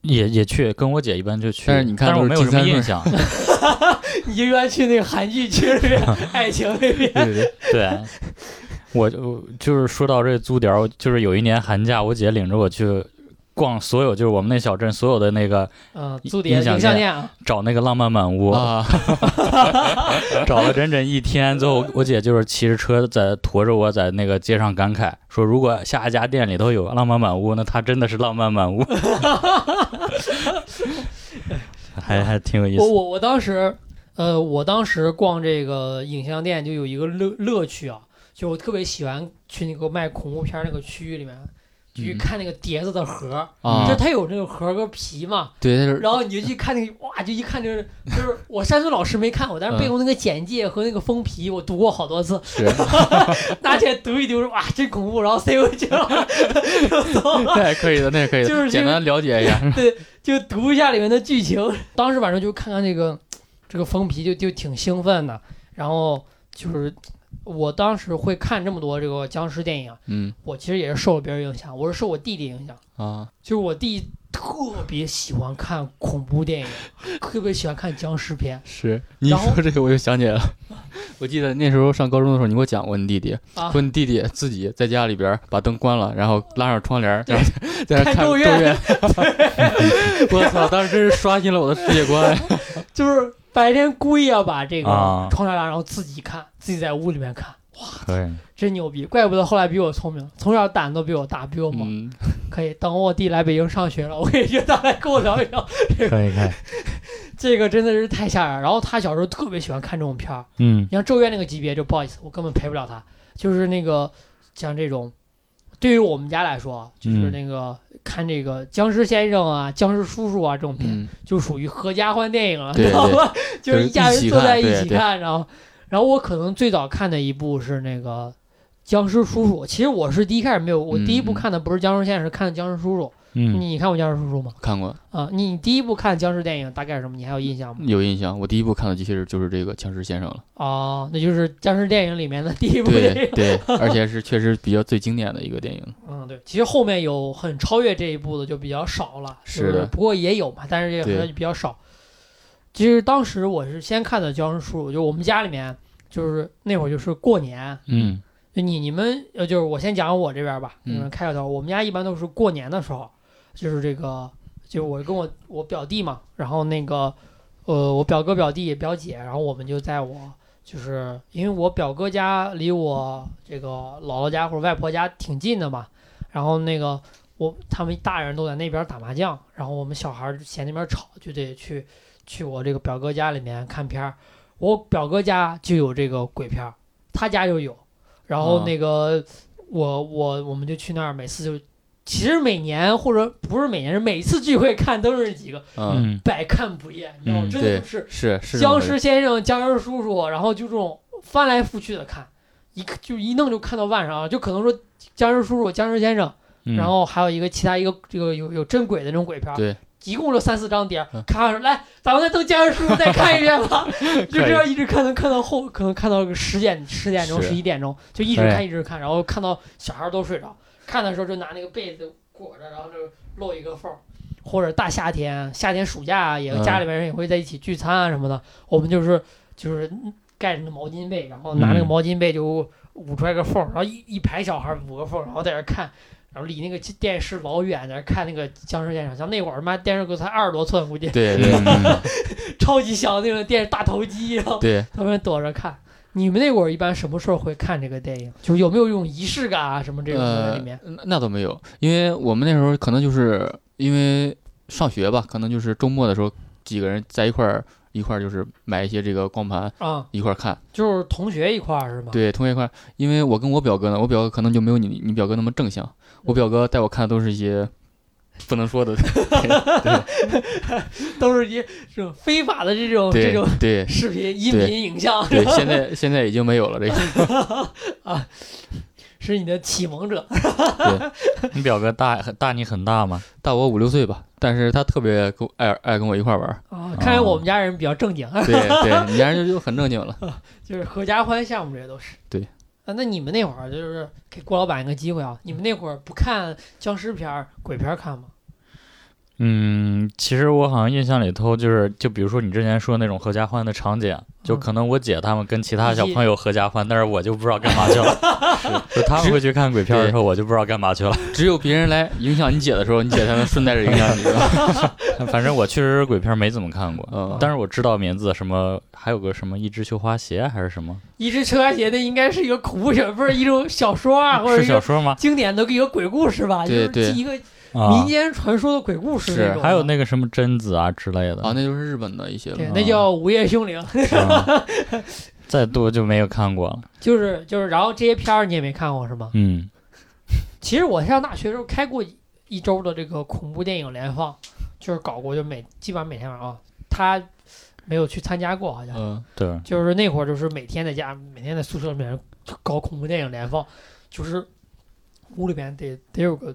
B: 也也去，跟我姐一般就去。
C: 但是你看
B: 但是我
C: 都
B: 没
C: 是
B: 有什
C: 金
B: 么印
C: 三顺
B: 象。
A: 你就原来去那个韩剧去那 边爱情那边
C: 对对对，
B: 对，我就就是说到这租碟儿，我就是有一年寒假，我姐领着我去逛所有，就是我们那小镇所有的那个
A: 嗯，租碟
B: 影像
A: 影像
B: 店
A: 店啊，
B: 找那个浪漫满屋，
C: 啊，
B: 找了整整一天。最后我姐就是骑着车在驮着我在那个街上感慨说，如果下一家店里头有浪漫满屋，那它真的是浪漫满屋。 还还挺有意
A: 我
B: 思，
A: 我我当时，呃，我当时逛这个影像店就有一个乐乐趣啊，就我特别喜欢去那个卖恐怖片儿那个区域里面。去
C: 嗯
A: 看那个碟子的盒儿，
C: 啊
A: 就它有那个盒儿跟皮嘛，
C: 对， 他是
A: 然后你就去看那个，哇，就一看就是就是我山村老师没看过，但是
C: 嗯
A: 背后那个简介和那个封皮我读过好多次，
C: 是，
A: 拿起来读一读，说哇真恐怖，然后塞回去了，
C: 那也可以的，那也可以的，
A: 就是
C: 简单了解一下。
A: 就读一下里面的剧情。当时晚上就看看这个这个封皮就就挺兴奋的，然后就是我当时会看这么多这个僵尸电影，
C: 嗯
A: 我其实也是受了别人影响，我是受我弟弟影响，
C: 啊，
A: 就是我弟。特别喜欢看恐怖电影，特别喜欢看僵尸片
C: 是你一
A: 然后
C: 说这个我就想起来了， 我记得那时候上高中的时候，你给我讲过你弟弟，
A: 啊
C: 说。你弟弟自己在家里边儿把灯关了，然后拉上窗帘儿，然后 在那
A: 看
C: 看
A: 咒
C: 咒
A: 怨
C: 怨。我操！当时真是刷新了我的世界 观。
A: 就是白天故意要把这个
B: 啊
A: 窗帘拉，然后自己看，自己在屋里面看，
B: 可以，
A: 真牛逼！怪不得后来比我聪明，从小胆子都比我大，比我猛。
C: 嗯，
A: 可以，等我弟来北京上学了，我 也约他来跟我聊一聊，
B: 可以，可以，
A: 这个真的是太吓人了。然后他小时候特别喜欢看这种片儿，
B: 嗯
A: 你像《咒怨》那个级别，就不好意思，我根本陪不了他。就是那个像这种，对于我们家来说啊，就是那个、看这个僵尸先生啊、僵尸叔叔啊这种片，
C: 嗯，
A: 就属于合家欢电影了，
C: 对
A: 知道吧？ 就是一家人坐在一
C: 就是一
A: 起
C: 起看对
A: 看，然后，然后我可能最早看的一部是那个《僵尸叔叔》，其实我是第一开始没有，我
C: 嗯
A: 第一部看的不是《僵尸先生》，是看的《僵尸叔叔》。
B: 嗯，
A: 你看过《僵尸叔叔》吗？
C: 看过，
A: 啊，你第一部看僵尸电影大概是什么？你还有印象吗？
C: 有印象。我第一部看的机器人就是这个《僵尸先生》了。
A: 哦，那就是僵尸电影里面的第一部电
C: 对
A: 影。
C: 对，而且是确实比较最经典的一个电影。
A: 嗯，对，其实后面有很超越这一步的就比较少了，
C: 是
A: 不
C: 的
A: 不过也有嘛，但是也
C: 对
A: 很比较少。其实当时我是先看的《僵尸叔叔》，就我们家里面，就是那会儿就是过年，
B: 嗯
A: 就你你们呃，就是我先讲我这边吧，
C: 嗯
A: 你们开个头。我们家一般都是过年的时候，就是这个，就是我跟我我表弟嘛，然后那个呃，我表哥表弟表姐，然后我们就在我就是因为我表哥家离我这个姥姥家或者外婆家挺近的嘛，然后那个我他们大人都在那边打麻将，然后我们小孩儿嫌那边吵，就得去去我这个表哥家里面看片儿。我表哥家就有这个鬼片儿，他家就有。然后
C: 啊
A: 那个、我我我们就去那儿，每次就其实每年或者不是每年，是每次聚会看都是几个
C: 嗯，
B: 嗯，
A: 百看不厌，你知道吗？
B: 嗯
A: 真的
C: 对
A: 不是，
C: 是是这
A: 僵
C: 么回事
A: 尸先生、僵尸叔叔，然后就这种翻来覆去的看，一个就一弄就看到晚上啊，就可能说僵尸叔叔、僵尸先生，
B: 嗯
A: 然后还有一个其他一个这个有有真鬼的那种鬼片儿，
C: 对
A: 一共就三四张碟儿
C: 嗯，
A: 咔说来，咱们再都僵尸 叔叔再看一遍吧，就这
C: 可
A: 样一直看，能看到后，可能看到个十点、十点钟、
C: 是
A: 十一点钟，就一直
B: 对
A: 看，一直看，然后看到小孩儿都睡着，看的时候就拿那个被子裹着，然后就露一个缝儿，或者大夏天，夏天暑假啊也
C: 嗯
A: 家里面人也会在一起聚餐啊什么的，我们就是就是盖着那毛巾被，然后拿那个
B: 嗯
A: 毛巾被就捂出来个缝儿，然后一一排小孩儿捂个缝儿，然后在那儿看，然后离那个电视老远，在那儿看那个僵尸现场。像那会儿他妈电视可才二十多寸，估计
C: 对对嗯
A: 超级小的那种电视大头机，然后
C: 对，
A: 他们躲着看。你们那会儿一般什么时候会看这个电影？就是有没有这种仪式感啊？什么这种东西在里面？
C: 呃那那倒没有，因为我们那时候可能就是因为上学吧，可能就是周末的时候几个人在一块儿一块儿就是买一些这个光盘
A: 啊、
C: 一块儿看，
A: 就是同学一块儿是吗？
C: 对，同学一块儿。因为我跟我表哥呢，我表哥可能就没有你你表哥那么正向，我表哥带我看的都是一些不 能说的，
A: 都是一这种非法的这种这
C: 对
A: 种
C: 对
A: 视频、音
C: 对
A: 频、影像，啊
C: 对，现在现在已经没有了这个，
A: 是你的启蒙者。
B: 嗯你表哥大大你很大吗？
C: 大我五六岁吧，但是他特别跟我爱爱跟我一块儿玩儿，
A: 啊，看来我们家人比较正经，
C: 对对，你家人就就很正经了，
A: 就是合家欢项目，这些都是。
C: 对。
A: 啊，那你们那会儿就是给郭老板一个机会啊！你们那会儿不看僵尸片儿、鬼片儿看吗？
B: 嗯，其实我好像印象里头就是，就比如说你之前说那种合家欢的场景，就
A: 嗯
B: 可能我姐他们跟其他小朋友合家欢，但是我就不知道干嘛 去了。就他们会去看鬼片的时候，我就不知道干嘛去了。
C: 只有别人来影响你姐的时候，你姐才能顺带着影响你。是吧
B: 反正我确实鬼片没怎么看
A: 哦
B: 过，
C: 嗯，
B: 但是我知道名字，什么还有个什么一只绣花鞋还是什么，
A: 一只车鞋那应该是一个恐怖小，不是一种小说啊，或者
B: 呃是
A: 一
B: 小
A: 个
B: 说吗？
A: 经典的一个鬼故事吧，
C: 对
A: 就是
C: 对
A: 一个
B: 啊
A: 民，间传说的鬼故事
C: 是
A: 那种。
B: 还有那嗯个什么贞子啊之类的
A: 哦
C: 啊，。那就是日本的一些
A: 对
C: 了。，
A: 那叫《午夜凶铃》，
B: 啊再多就没有看过了。
A: 就是就是，然后这些片儿你也没看过是吗？
B: 嗯，
A: 其实我上大学的时候开过一周的这个恐怖电影联放，就是搞过，就每基本上每天晚上啊，他没有去参加过，好像。
C: 嗯，
B: 对，
A: 就是那会儿就是每天在家，每天在宿舍里面搞恐怖电影联放，就是屋里边得得有个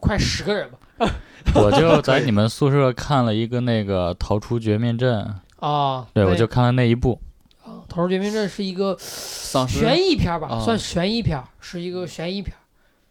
A: 快十个人吧。
B: 我就在你们宿舍看了一个那个《逃出绝命镇》，
A: 啊，
B: 对
A: 那
B: 我就看了那一部。
A: 啊《逃出绝命镇》是一个
C: 丧尸
A: 悬疑片儿吧，
C: 啊
A: 算悬疑片儿，是一个悬疑片儿，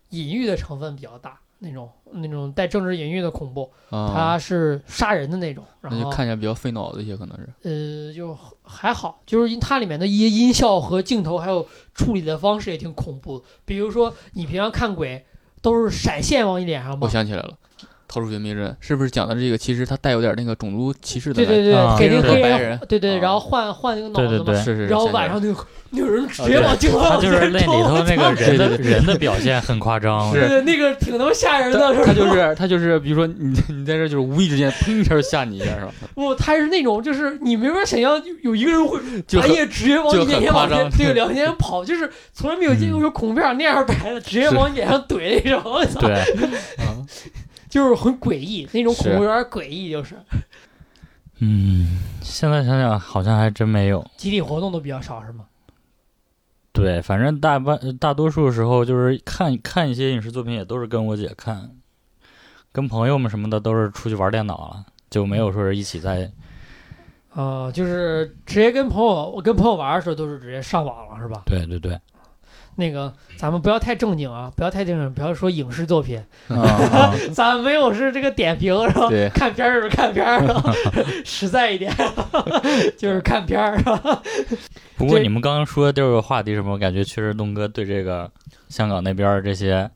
A: 隐喻的成分比较大。那种那种带政治隐喻的恐怖，
C: 啊，
A: 它是杀人的那种，然
C: 那就
A: 后
C: 看起来比较费脑子一些，可能是
A: 呃就还好，就是因它里面的一些音效和镜头还有处理的方式也挺恐怖的，比如说你平常看鬼都是闪现往你脸上
C: 我
A: 嘛，
C: 想起来了，《逃出绝命镇》是不是讲的这个？其实它带有点那个种族歧视的
A: 对
C: 感觉，
A: 对对，
B: 啊
A: 给那个
C: 黑
A: 黑
C: 人和白
A: 人
C: 人，
A: 对对，
C: 啊
A: 然后换换那个脑
B: 对
A: 子
B: 对
A: 嘛，
B: 对
C: 是是。
A: 然后
C: 想起来
A: 晚上
C: 了
A: 那个那个人直
B: 啊
A: 接往镜
B: 对
A: 头
B: 他
A: 上
B: 就是那里 头那个人的
C: 对对对
B: 人的表现很夸张，
C: 是
A: 对，那个挺他妈吓人的，
C: 他
A: 是吧？
C: 他就是他就是，比如说你你在这就是无意之间砰一下就吓你一下 是吧？
A: 不，他是那种就是你没法想象有有一个人会
C: 就
A: 半
C: 很
A: 夜直接往你
C: 就很
A: 脸前往
C: 夸
A: 前
C: 张
A: 对两天跑，就是从来没有见
B: 嗯
A: 过有恐怖片儿那样摆的，直接
C: 是
A: 往你脸上怼那种，我操，
B: 对，
C: 啊
A: 就是很诡异，那种恐
C: 是
A: 怖有点诡异，就是
B: 嗯，现在想想好像还真没有。
A: 集体活动都比较少，是吗？
B: 对，反正大半大多数时候就是看看一些影视作品，也都是跟我姐看，跟朋友们什么的都是出去玩电脑了，就没有说是一起在。
A: 啊、就是直接跟朋友，我跟朋友玩的时候都是直接上网了，是吧？
B: 对对对，
A: 那个咱们不要太正经啊，不要太正经，不要说影视作品，
B: 啊 啊
A: 咱们没有是这个点评，是吧？
C: 嗯 对
A: 看片儿就是看片儿啊，实在一点，就是看片儿啊。
B: 不过
A: 这
B: 你们刚刚说的这个话题什么，我感觉确实东哥对这个香港那边儿这些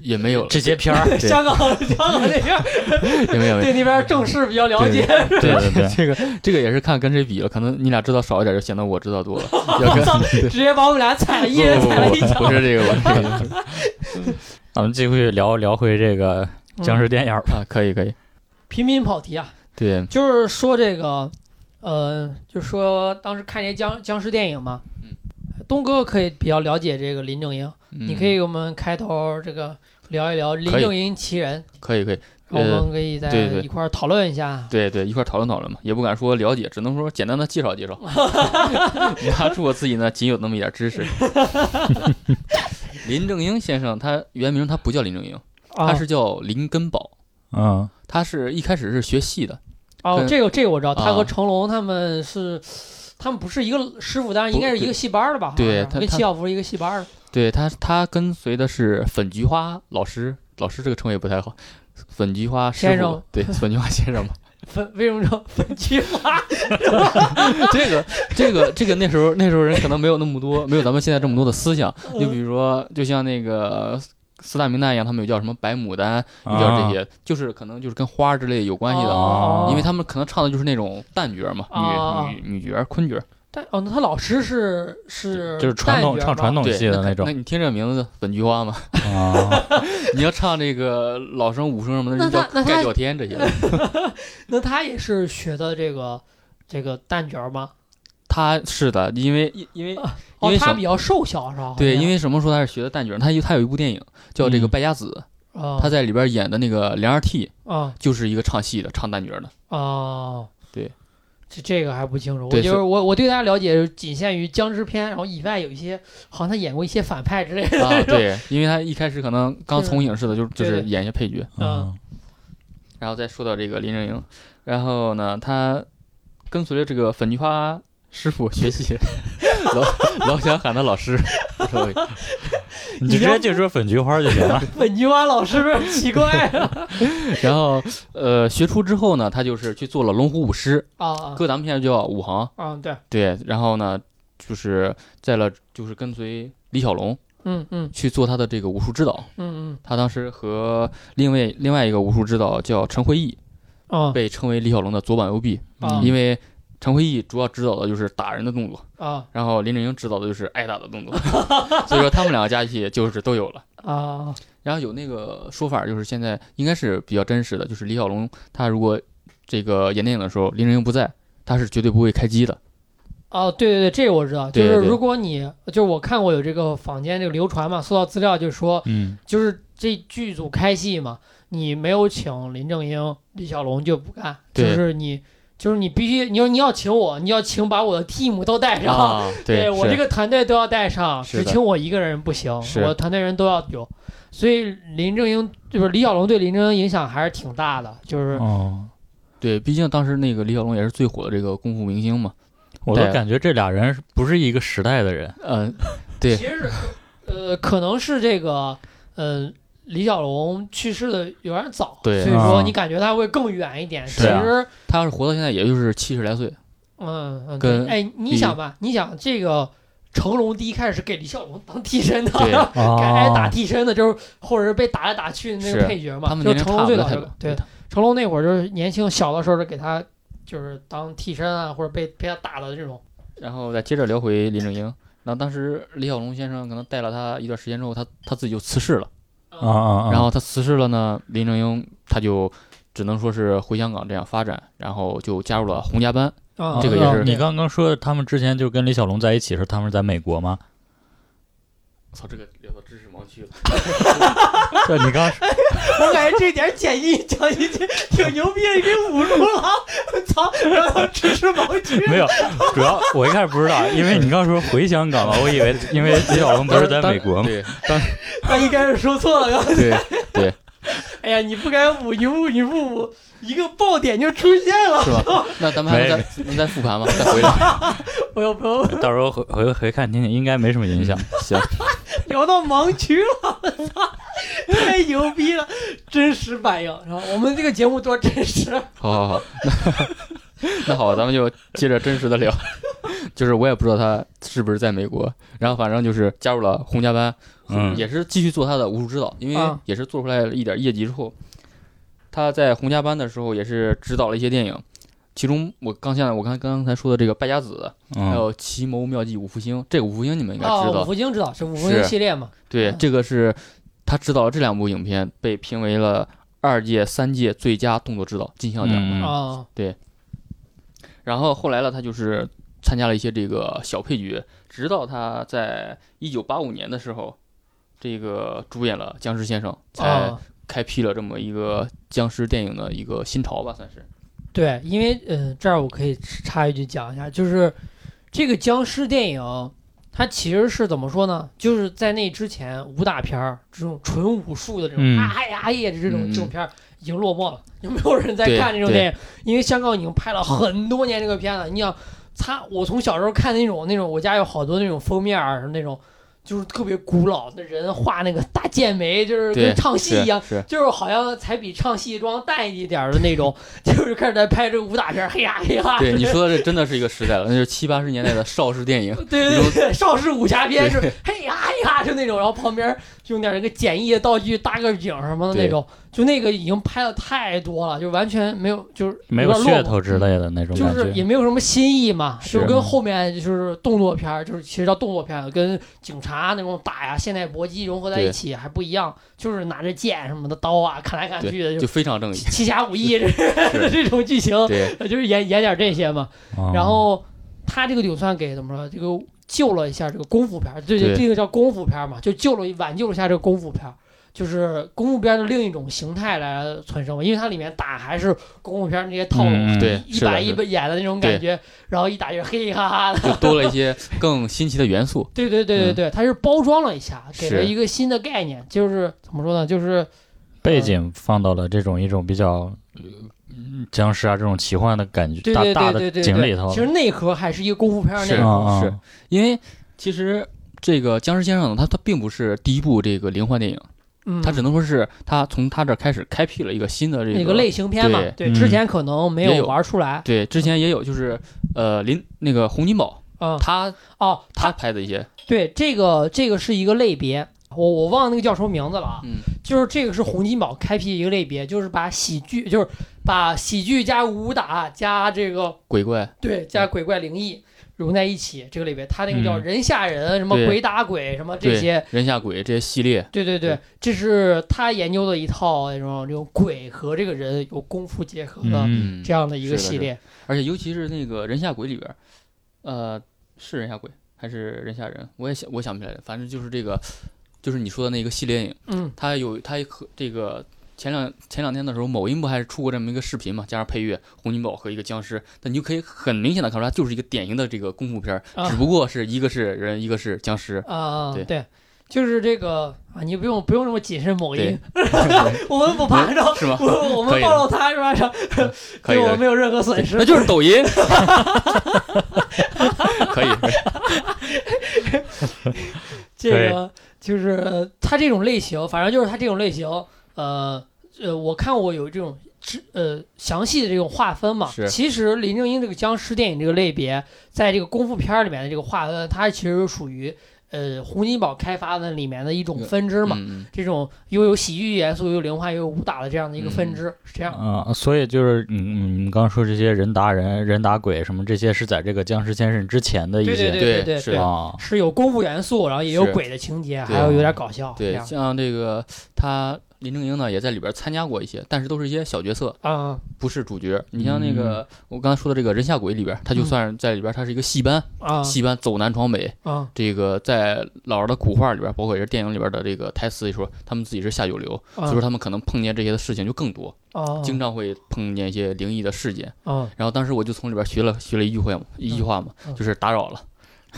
C: 也没有了，
B: 这些片儿，
C: 对
A: 香港香港那边儿
C: 也没有，
A: 对那边儿政事比较了解，
B: 对对 对，
C: 这个这个也是看跟谁比了，可能你俩知道少一点，就显得我知道 多了。要跟对
A: 直接把我们俩踩了，一人
C: 不不
A: 踩了一
C: 不不，不
A: 脚。
C: 是这个，我这个
B: 咱们继续聊聊回这个僵尸电影儿吧。
C: 啊，可以可以，
A: 频频跑题啊，
C: 对，
A: 就是说这个，呃，就说当时看这些僵僵尸电影嘛，
C: 嗯
A: 东哥可以比较了解这个林正英，
C: 你
A: 你可以给我们开头这个聊一聊林
C: 可以
A: 正英奇人，
C: 可以可以，
A: 然后我
C: 呃，
A: 们可以在
C: 对对
A: 一块儿讨论一下。
C: 对对，一块儿讨论讨论嘛，也不敢说了解，只能说简单的介绍 介绍，拿出我自己呢仅有那么一点 知识。林正英先生，他原名他不叫林正英，
A: 啊
C: 他是叫林根宝，
B: 嗯，
C: 他是一开始是学戏的，
A: 哦，
C: 跟
A: 这个这个我知道，他和
C: 啊
A: 成龙他们是，他们不是一个师傅，但是应该是一个戏班儿的吧？
C: 对
A: 好像是
C: 他
A: 跟
C: 他
A: 戚小福是一个戏班儿的。
C: 对他他跟随的是粉菊花老师，老师这个称谓不太好，粉菊花师傅
A: 先生，
C: 对粉菊花先生嘛。
A: 分为什么叫分菊花？
C: 这个这个这个那时候那时候人可能没有那么多，没有咱们现在这么多的思想。
A: 嗯
C: 就比如说，就像那个四大名旦一样，他们有叫什么白牡丹，
B: 啊
C: 有叫这些，就是可能就是跟花之类有关系的，啊
A: 哦
C: 因为他们可能唱的就是那种旦角嘛，
A: 哦
C: 女女女角、昆角。
A: 但哦，那他老师是是
B: 就是传统
A: 旦角
B: 唱
A: 吗
B: 传统
C: 对，
B: 戏的
C: 那
B: 那种
C: 那你听这名字，本菊花嘛，
B: 啊，
C: 你要唱这个老生、武生什么的，
A: 那
C: 就叫
A: 他那他
C: 盖叫天这些的。
A: 那他也是学的这个这个旦角吗？
C: 他是的，因为因为因
A: 哦，
C: 为
A: 他
C: 什
A: 比较瘦小是吧？
C: 对，因
A: 为
C: 为什么说他是学的旦角？他有他有一部电影叫这个
B: 嗯
C: 《败家子》，
A: 啊
C: 他在里边演的那个梁二替
A: 啊
C: 就是一个唱戏的，唱旦角 的。
A: 啊，
C: 对，
A: 这这个还不清楚。我
C: 对
A: 就是
C: 是
A: 我我对他了解仅限于僵尸片，然后以外有一些好像他演过一些反派之类的。
C: 啊，对，因为他一开始可能刚从影似的，就就
A: 对
C: 是
A: 对
C: 演一些配角，
A: 嗯
C: 然后再说到这个林正英，然后呢，他跟随着这个粉菊花师傅学 习，老老想喊他老师， 无所谓
B: 你就直接就说粉菊花就行 了。
A: 本菊花老师有点奇 怪啊
C: 然后呃，学出之后呢，他就是去做了龙虎舞狮，
A: 啊啊
C: 搁咱们现在叫武行，
A: 啊！对，
C: 对，然后呢，就是在了就是跟随李小龙
A: 嗯嗯
C: 去做他的这个武术指导，
A: 嗯
C: 他当时和另外另外一个武术指导叫陈辉义，
A: 嗯啊
C: 被称为李小龙的左膀右臂，
B: 嗯
A: 啊
C: 嗯因为陈辉义主要指导的就是打人的动作，
A: 啊
C: 然后林正英指导的就是挨打的 动作，所以说他们两个加一起就是都有了。
A: 啊
C: 然后有那个说法，就是现在应该是比较真实的，就是李小龙他如果这个演电影的时候林正英不在，他是绝对不会开机的。
A: 哦，对对对，这个我知道。就
C: 对
A: 是
C: 对对
A: 如果你就是我看过有这个坊间这个流传嘛，搜到资料就是说，
B: 嗯，
A: 就是这剧组开戏嘛，你没有请林正英、李小龙就不干，就
C: 对
A: 是你就是你必须，你说你要请我，你要请把我的 team 都带上，
C: 啊，对，
A: 哎我这
C: 是
A: 个团队都要带上，
C: 是
A: 只
C: 的
A: 请我一个人不行，
C: 是
A: 我团队人都要有。所以林正英就是李小龙对林正英影响还是挺大的，
C: 嗯
A: 就是
B: 哦，
C: 对，毕竟当时那个李小龙也是最火的这个功夫明星嘛。
B: 我都
C: 对
B: 感觉这俩人是不是一个
C: 呃
B: 时代的人。
C: 嗯、
A: 其
C: 对
A: 实是呃可能是这个呃李小龙去世的有点早，
C: 对
A: 所以说
B: 啊
A: 你感觉他会更远一点。其
B: 是啊
A: 实，
C: 他要是活到现在，也就是七十来岁，
A: 嗯嗯，
C: 跟
A: 对哎，你
C: 比
A: 想吧，你想这个成龙第一开始是给李小龙当替身的，
C: 对
A: 给挨打
C: 哦
B: 啊，
A: 替身的，就是或者是被打来打去的那
C: 是
A: 个配角嘛
C: 他，们
A: 就
C: 年
A: 是
C: 龄
A: 成
C: 差
A: 龙
C: 不
A: 最
C: 了
A: 早
C: 太
A: 就
C: 多。
A: 对
C: 他
A: 成龙那会儿就是年轻小的时候就给他就是当替身啊，或者被被他打的这种，
C: 然后再接着聊回林正英，然后当时李小龙先生可能带了他一段时间之后，他他自己就辞世了。
B: 啊啊，
C: 然后他辞世了呢，林正英他就只能说是回香港这样发展，然然后就加入了洪家班。
A: 啊
C: 这个也 是
B: 你刚刚说他们之前就跟李小龙在一起时，他们是在美国吗？
C: 操，这个聊到知识盲区了。
B: 对，你 刚
A: 我感觉这点简易讲已经挺牛逼，给捂住了。操，然后只是盲区。
B: 没有，主要我一开始不知道，因为你刚说回香港嘛，我以为因为李小龙不是在美国嘛，
C: 对，当
A: 他啊一开始说错了，然后
C: 对，
A: 哎呀，你不该捂，你捂，你不捂，一个爆点就出现了。
C: 是吧？那咱们还能再能再复盘吗？再回来。
A: 我要不要
B: 到时候回回回看听听，应该没什么影响。
C: 嗯行，
A: 聊到盲区了？我操，太牛逼了，真实反应。然后我们这个节目多真实。啊
C: 好好 好，那那好，咱们就接着真实的聊。 就是我也不知道他是不是在美国，然后反正就是加入了洪家班，
B: 嗯
C: 也是继续做他的武术指导，因为
A: 啊
C: 也是做出来了一点业绩之后，他在洪家班的时候也是指导了一些电影，其中我刚现在我刚才刚才说的这个《败家子》，还
B: 嗯，
C: 有《奇谋妙计五福星》，这个五福星你们应该知
A: 哦，
C: 道，
A: 五福星知道是五福
C: 是
A: 星系列嘛？
C: 对，
A: 嗯
C: 这个是他指导的这两部影片被评为了二届、三届最佳动作指导金像奖。
B: 嗯嗯
A: 啊，
C: 然后后来呢，他就是参加了一些这个小配角，直到他在一九八五年的时候，这个主演了《僵尸先生》，才
A: 啊，
C: 开辟了这么一个僵尸电影的一个新潮吧，算是。
A: 对，因为嗯、呃这儿我可以插一句讲一下，就是这个僵尸电影，它其实是怎么说呢？就是在那之前，武打片儿这种纯武术的这种
B: 嗯
A: 啊呀啊呀的这种、
C: 嗯
A: 这种片儿已经落寞了，有没有人在
C: 对
A: 看这种
C: 对
A: 电影？因为香港已经拍了很多年这个片子，你想，他我从小时候看那种那种，我家有好多那种封面儿那种。就是特别古老的人画那个大剑眉，就是
C: 对
A: 跟唱戏一样，
C: 是
A: 就是好像才比唱戏装淡一点儿的那种， 就是开始在拍这个武打片儿，嘿呀嘿呀。
C: 对你说的这真的是一个时代了，那就是七八十年代的邵氏电影。
A: 对对对，邵氏武侠片是
C: 对
A: 嘿呀嘿呀，就那种，然后旁边用点那个简易的道具搭个景什么的那种，就那个已经拍的太多了，就完全没有，就是
B: 没有
A: 点落
B: 噱
A: 寞
B: 头之类的那种
A: 就
B: 感
A: 是
B: 觉。
A: 也没有什么新意嘛，
C: 是啊
A: 就跟后面就是动作片儿，就是其实叫动作片儿，跟警察那种打呀、现代搏击融合在一起还不一样，就是拿着剑什么的刀啊砍来砍去的，
C: 对，
A: 就
C: 就非常正义。
A: 七侠五义 这 这种剧情，
C: 嗯对，哦
A: 就是演演点这些嘛。
B: 嗯
A: 然后他这个就算给怎么说，这个救了一下这个功夫片儿，对
C: 对
A: 这个叫功夫片儿嘛，就救了挽救了一下这个功夫片儿。就是功夫片儿的另一种形态来存生嘛，因为它里面打还是功夫片儿那些套路，
B: 嗯嗯
C: 对
A: 一
C: 是的
A: 板
C: 是
A: 一
C: 的
A: 板演的那种感觉，然后一打就嘿嘿哈哈的，
C: 就多了一些更新奇的元素。
A: 对对对对对，它是包装了一下，给了
C: 嗯是
A: 一个新的概念，就是怎么说呢，就是
B: 背景放到了这种一种比较呃僵尸啊这种奇幻的感觉，
A: 对
B: 大
A: 对
B: 大
A: 对
B: 的
A: 对对
B: 景里
A: 对
B: 头，
A: 其实内核还是一个功夫片儿
C: 是哦
A: 内
B: 啊
A: 核，
B: 啊
C: 是因为其实这个《僵尸先生》呢，他他并不是第一部这个灵幻电影，
A: 嗯，
C: 他只能说是他从他这儿开始开辟了一个新的这
A: 那个类型片嘛，
C: 对
A: 对，
B: 嗯
A: 之前可能没
C: 也有
A: 有玩出来，
C: 对，之前也有就是呃林那个洪金宝，
A: 嗯，
C: 他
A: 哦，
C: 他拍的一些，
A: 对，这个这个是一个类别，我我忘了那个叫什么名字了啊，
C: 嗯，
A: 就是这个是洪金宝开辟一个类别，就是把喜剧，就是把喜剧加武打加这个
C: 鬼怪，
A: 对加鬼怪灵异融在一起这个类别，他那个叫
B: 嗯
A: 人吓人，什么
C: 对
A: 鬼打鬼，什么这
C: 对
A: 些。
C: 人吓鬼这些系列，
A: 对对对
C: 对，
A: 这是他研究的一套那种这种鬼和这个人有功夫结合的
B: 嗯，
A: 这样的一个
C: 是的
A: 系
C: 是
A: 列。
C: 而且尤其是那个人吓鬼里边儿，呃，是人吓鬼还是人吓人？我也想我想不起来了，反正就是这个，就是你说的那个系列电影，
A: 嗯
C: 他有他和这个前两前两天的时候，某音不还出过这么一个视频嘛，加上配乐，洪金宝和一个僵尸，那你就可以很明显的看出来，就是一个典型的这个功夫片儿，
A: 啊
C: 只不过是一个是人，一个是僵尸。
A: 啊、
C: 对
A: 对，就是这个啊，你不用不用这么谨慎某音
C: 对，嗯
A: 我们不怕，然后
C: 是吗？
A: 我我
C: 可
A: 们
C: 以的嗯
A: 暴露他是吧？然后
C: 可
A: 对
C: 以
A: 我
C: 的，
A: 们没有任何损
C: 那
A: 失。
C: 就是抖音。可以，
A: 这个就是他这种类型，反正就是他这种类型，呃呃，我看过有这种知呃详细的这种划分嘛。
C: 是
A: 其实林正英这个僵尸电影这个类别，在这个功夫片儿里面的这个划分，它其实属于呃洪金宝开发的里面的一种分支嘛。
C: 嗯，
A: 这种又有喜剧元素，又有灵幻，又有武打的这样的一个分支，是这样。
B: 啊、所以就是你你你刚刚说这些人打人、人打鬼什么这些，是在这个僵尸先生之前的一些
A: 对对
C: 对
A: 对对
C: 是
A: 对，
B: 啊，
A: 是有功夫元素，然后也有
C: 是
A: 鬼的情节，
C: 对
A: 还有有点搞笑，这
C: 对，
A: 样
C: 像这个他林正英呢也在里边参加过一些，但是都是一些小角色，
A: 啊
C: 不是主角。你像那个、我刚才说的这个《人下鬼》里边，他就算是在里边，他是一个戏班，
A: 啊
C: 戏班走南闯北。
A: 啊
C: 这个在老儿的古话里边，包括也是电影里边的这个台词里说，他们自己是下九流，
A: 嗯
C: 所以说他们可能碰见这些的事情就更多，
A: 啊，
C: 经常会碰见一些灵异的事件。
A: 啊
C: 然后当时我就从里边学了学了一句话嘛，一句话嘛，
A: 嗯
C: 就是打扰了。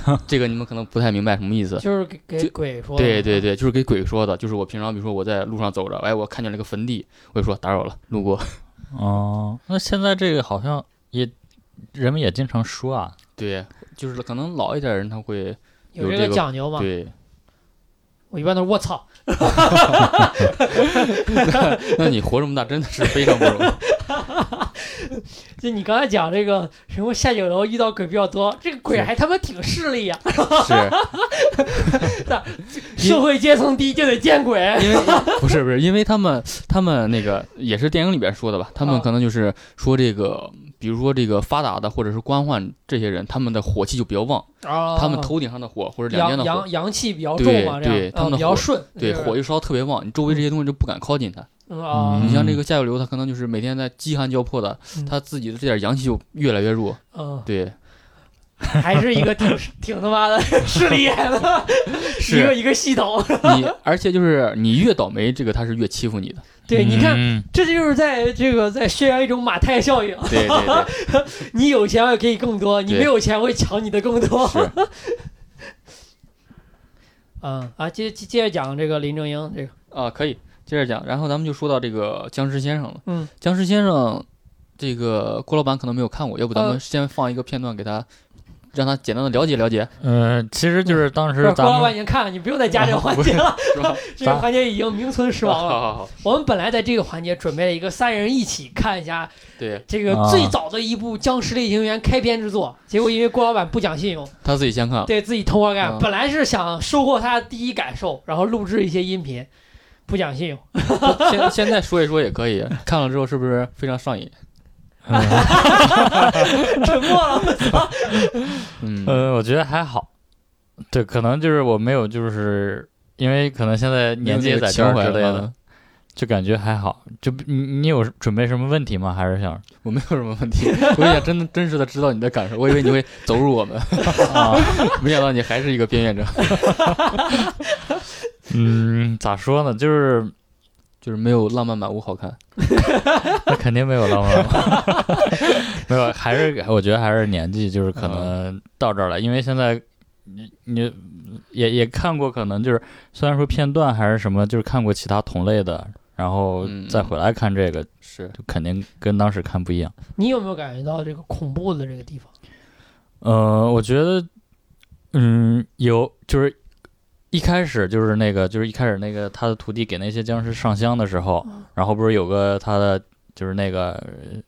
C: 这个你们可能不太明白什么意思，
A: 就是给给
C: 就
A: 鬼说的
C: 对对对，就是给鬼说的，就是我平常比如说我在路上走着，哎，我看见了个坟地，我就说打扰了，路过。
B: 哦、那现在这个好像也人们也经常说啊，
C: 对，就是可能老一点人他会
A: 有
C: 有
A: 这
C: 这
A: 个
C: 个
A: 讲究吗？
C: 对，
A: 我一般都是我操，
C: 那你活这么大真的是非常不容 易。
A: 就你刚才讲这个什么下九楼遇到鬼比较多，这个鬼
C: 是
A: 还他妈挺势利呀，
C: 是
A: 社会阶层低就得见鬼，
C: 因为 不是不是，因为他们他们那个也是电影里边说的吧，他
A: 啊
C: 们可能就是说这个，比如说这个发达的或者是官宦这些人，他们的火气就比较旺，
A: 他
C: 他们头顶上的火或者两肩
A: 哦阳
C: 的火
A: 啊阳，阳气比较重
C: 对
A: 嘛，这样
C: 对
A: 啊
C: 他们的
A: 比较
C: 火
A: 顺，
C: 对
A: 就是
C: 火一烧特别旺，你周围这些东西就不敢靠近他。
A: 嗯啊
B: 嗯
C: 你像这个下九流，他可能就是每天在饥寒交迫的，他自己的这点阳气就越来越 弱。
A: 嗯，
C: 对，
A: 还是一个挺挺他妈的 势利眼的一个一个系统。
C: 你，而且就是你越倒霉，这个他是越欺负你的。
A: 对，你看，
B: 嗯
A: 这就是在这个在宣扬一种马太效应。
C: 对对对，
A: 你有钱会给你更多，你
C: 对
A: 没有钱会抢你的更多。
C: 是
A: 嗯啊，接接接着讲这个林正英这个，
C: 啊，可以接着讲。然后咱们就说到这个僵尸先生了。
A: 嗯，
C: 僵尸先生，这个郭老板可能没有看过，要不咱
A: 呃
C: 们先放一个片段给他，让他简单的了解了解，
B: 呃，其实就是当
A: 不
B: 时
A: 是郭
B: 咱
A: 老
B: 们
A: 板已经看了，你不用再加这个环节了，
C: 是吧？啊
A: 这个环节已经名存实亡
C: 好
A: 了。
C: 好好，
A: 我们本来在这个环节准备了一个三人一起看一下
C: 对
A: 这个
B: 啊
A: 最早的一部僵尸类型片开篇之作，结果因为郭老板不讲信用，
C: 他自己先看了。
A: 对自己偷摸干。
C: 嗯
A: 本来是想收获他的第一感受，然后录制一些音频，不讲信用。
C: 现现在说一说也可以，看了之后是不是非常上瘾？
B: 呃
A: 沉默了。
C: 嗯，
B: 呃，我觉得还好，对，可能就是我没有就是因为可能现在年纪也在这儿
C: 情怀
B: 之类的，
C: 了。
B: 就感觉还好。就你你有准备什么问题吗？还 是想
C: 我没有什么问题，我也想真的真实的知道你的感受，我以为你会走入我们，
B: 啊？
C: 没想到你还是一个边缘者，
B: 嗯，咋说呢？ 就是
C: 就是没有浪漫满屋好看。
B: 那肯定没有浪漫了， 没有，还是我觉得还是年纪，就是
C: 嗯
B: 可能到这儿了，因为现在你你也也看过，可能就是虽然说片段还是什么，就是看过其他同类的，然后
C: 嗯
B: 再回来看这个，
C: 是，
B: 就肯定跟当时看不一样。
A: 你有没有感觉到这个恐怖的这个地方？
B: 呃，我觉得，嗯，有就是一开始就是那个就是一开始那个他的徒弟给那些僵尸上香的时候，然后不是有个他的就是那个呃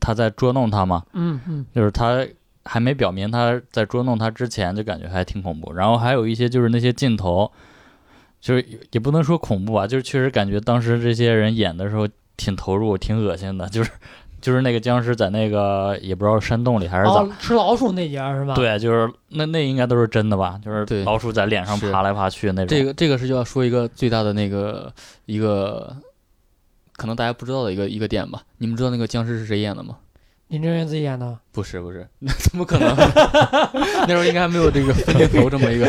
B: 他在捉弄他嘛，
A: 嗯嗯
B: 就是他还没表明他在捉弄他之前，就感觉还挺恐怖。然后还有一些就是那些镜头，就是也不能说恐怖吧，就是确实感觉当时这些人演的时候挺投入、挺恶心的，就是。就是那个僵尸在那个也不知道山洞里还是咋
A: 哦，吃老鼠那节儿是吧？，
B: 对，就是那那应该都是真的吧？就
C: 对
B: 是老鼠在脸上
C: 是
B: 爬来爬去那种。
C: 这个这个是要说一个最大的那个一个，可能大家不知道的一个一个点吧。你们知道那个僵尸是谁演的吗？
A: 林正英自己演的。
C: 不是不是， 那怎么可能？那时候应该还没有这个分镜头这么一 个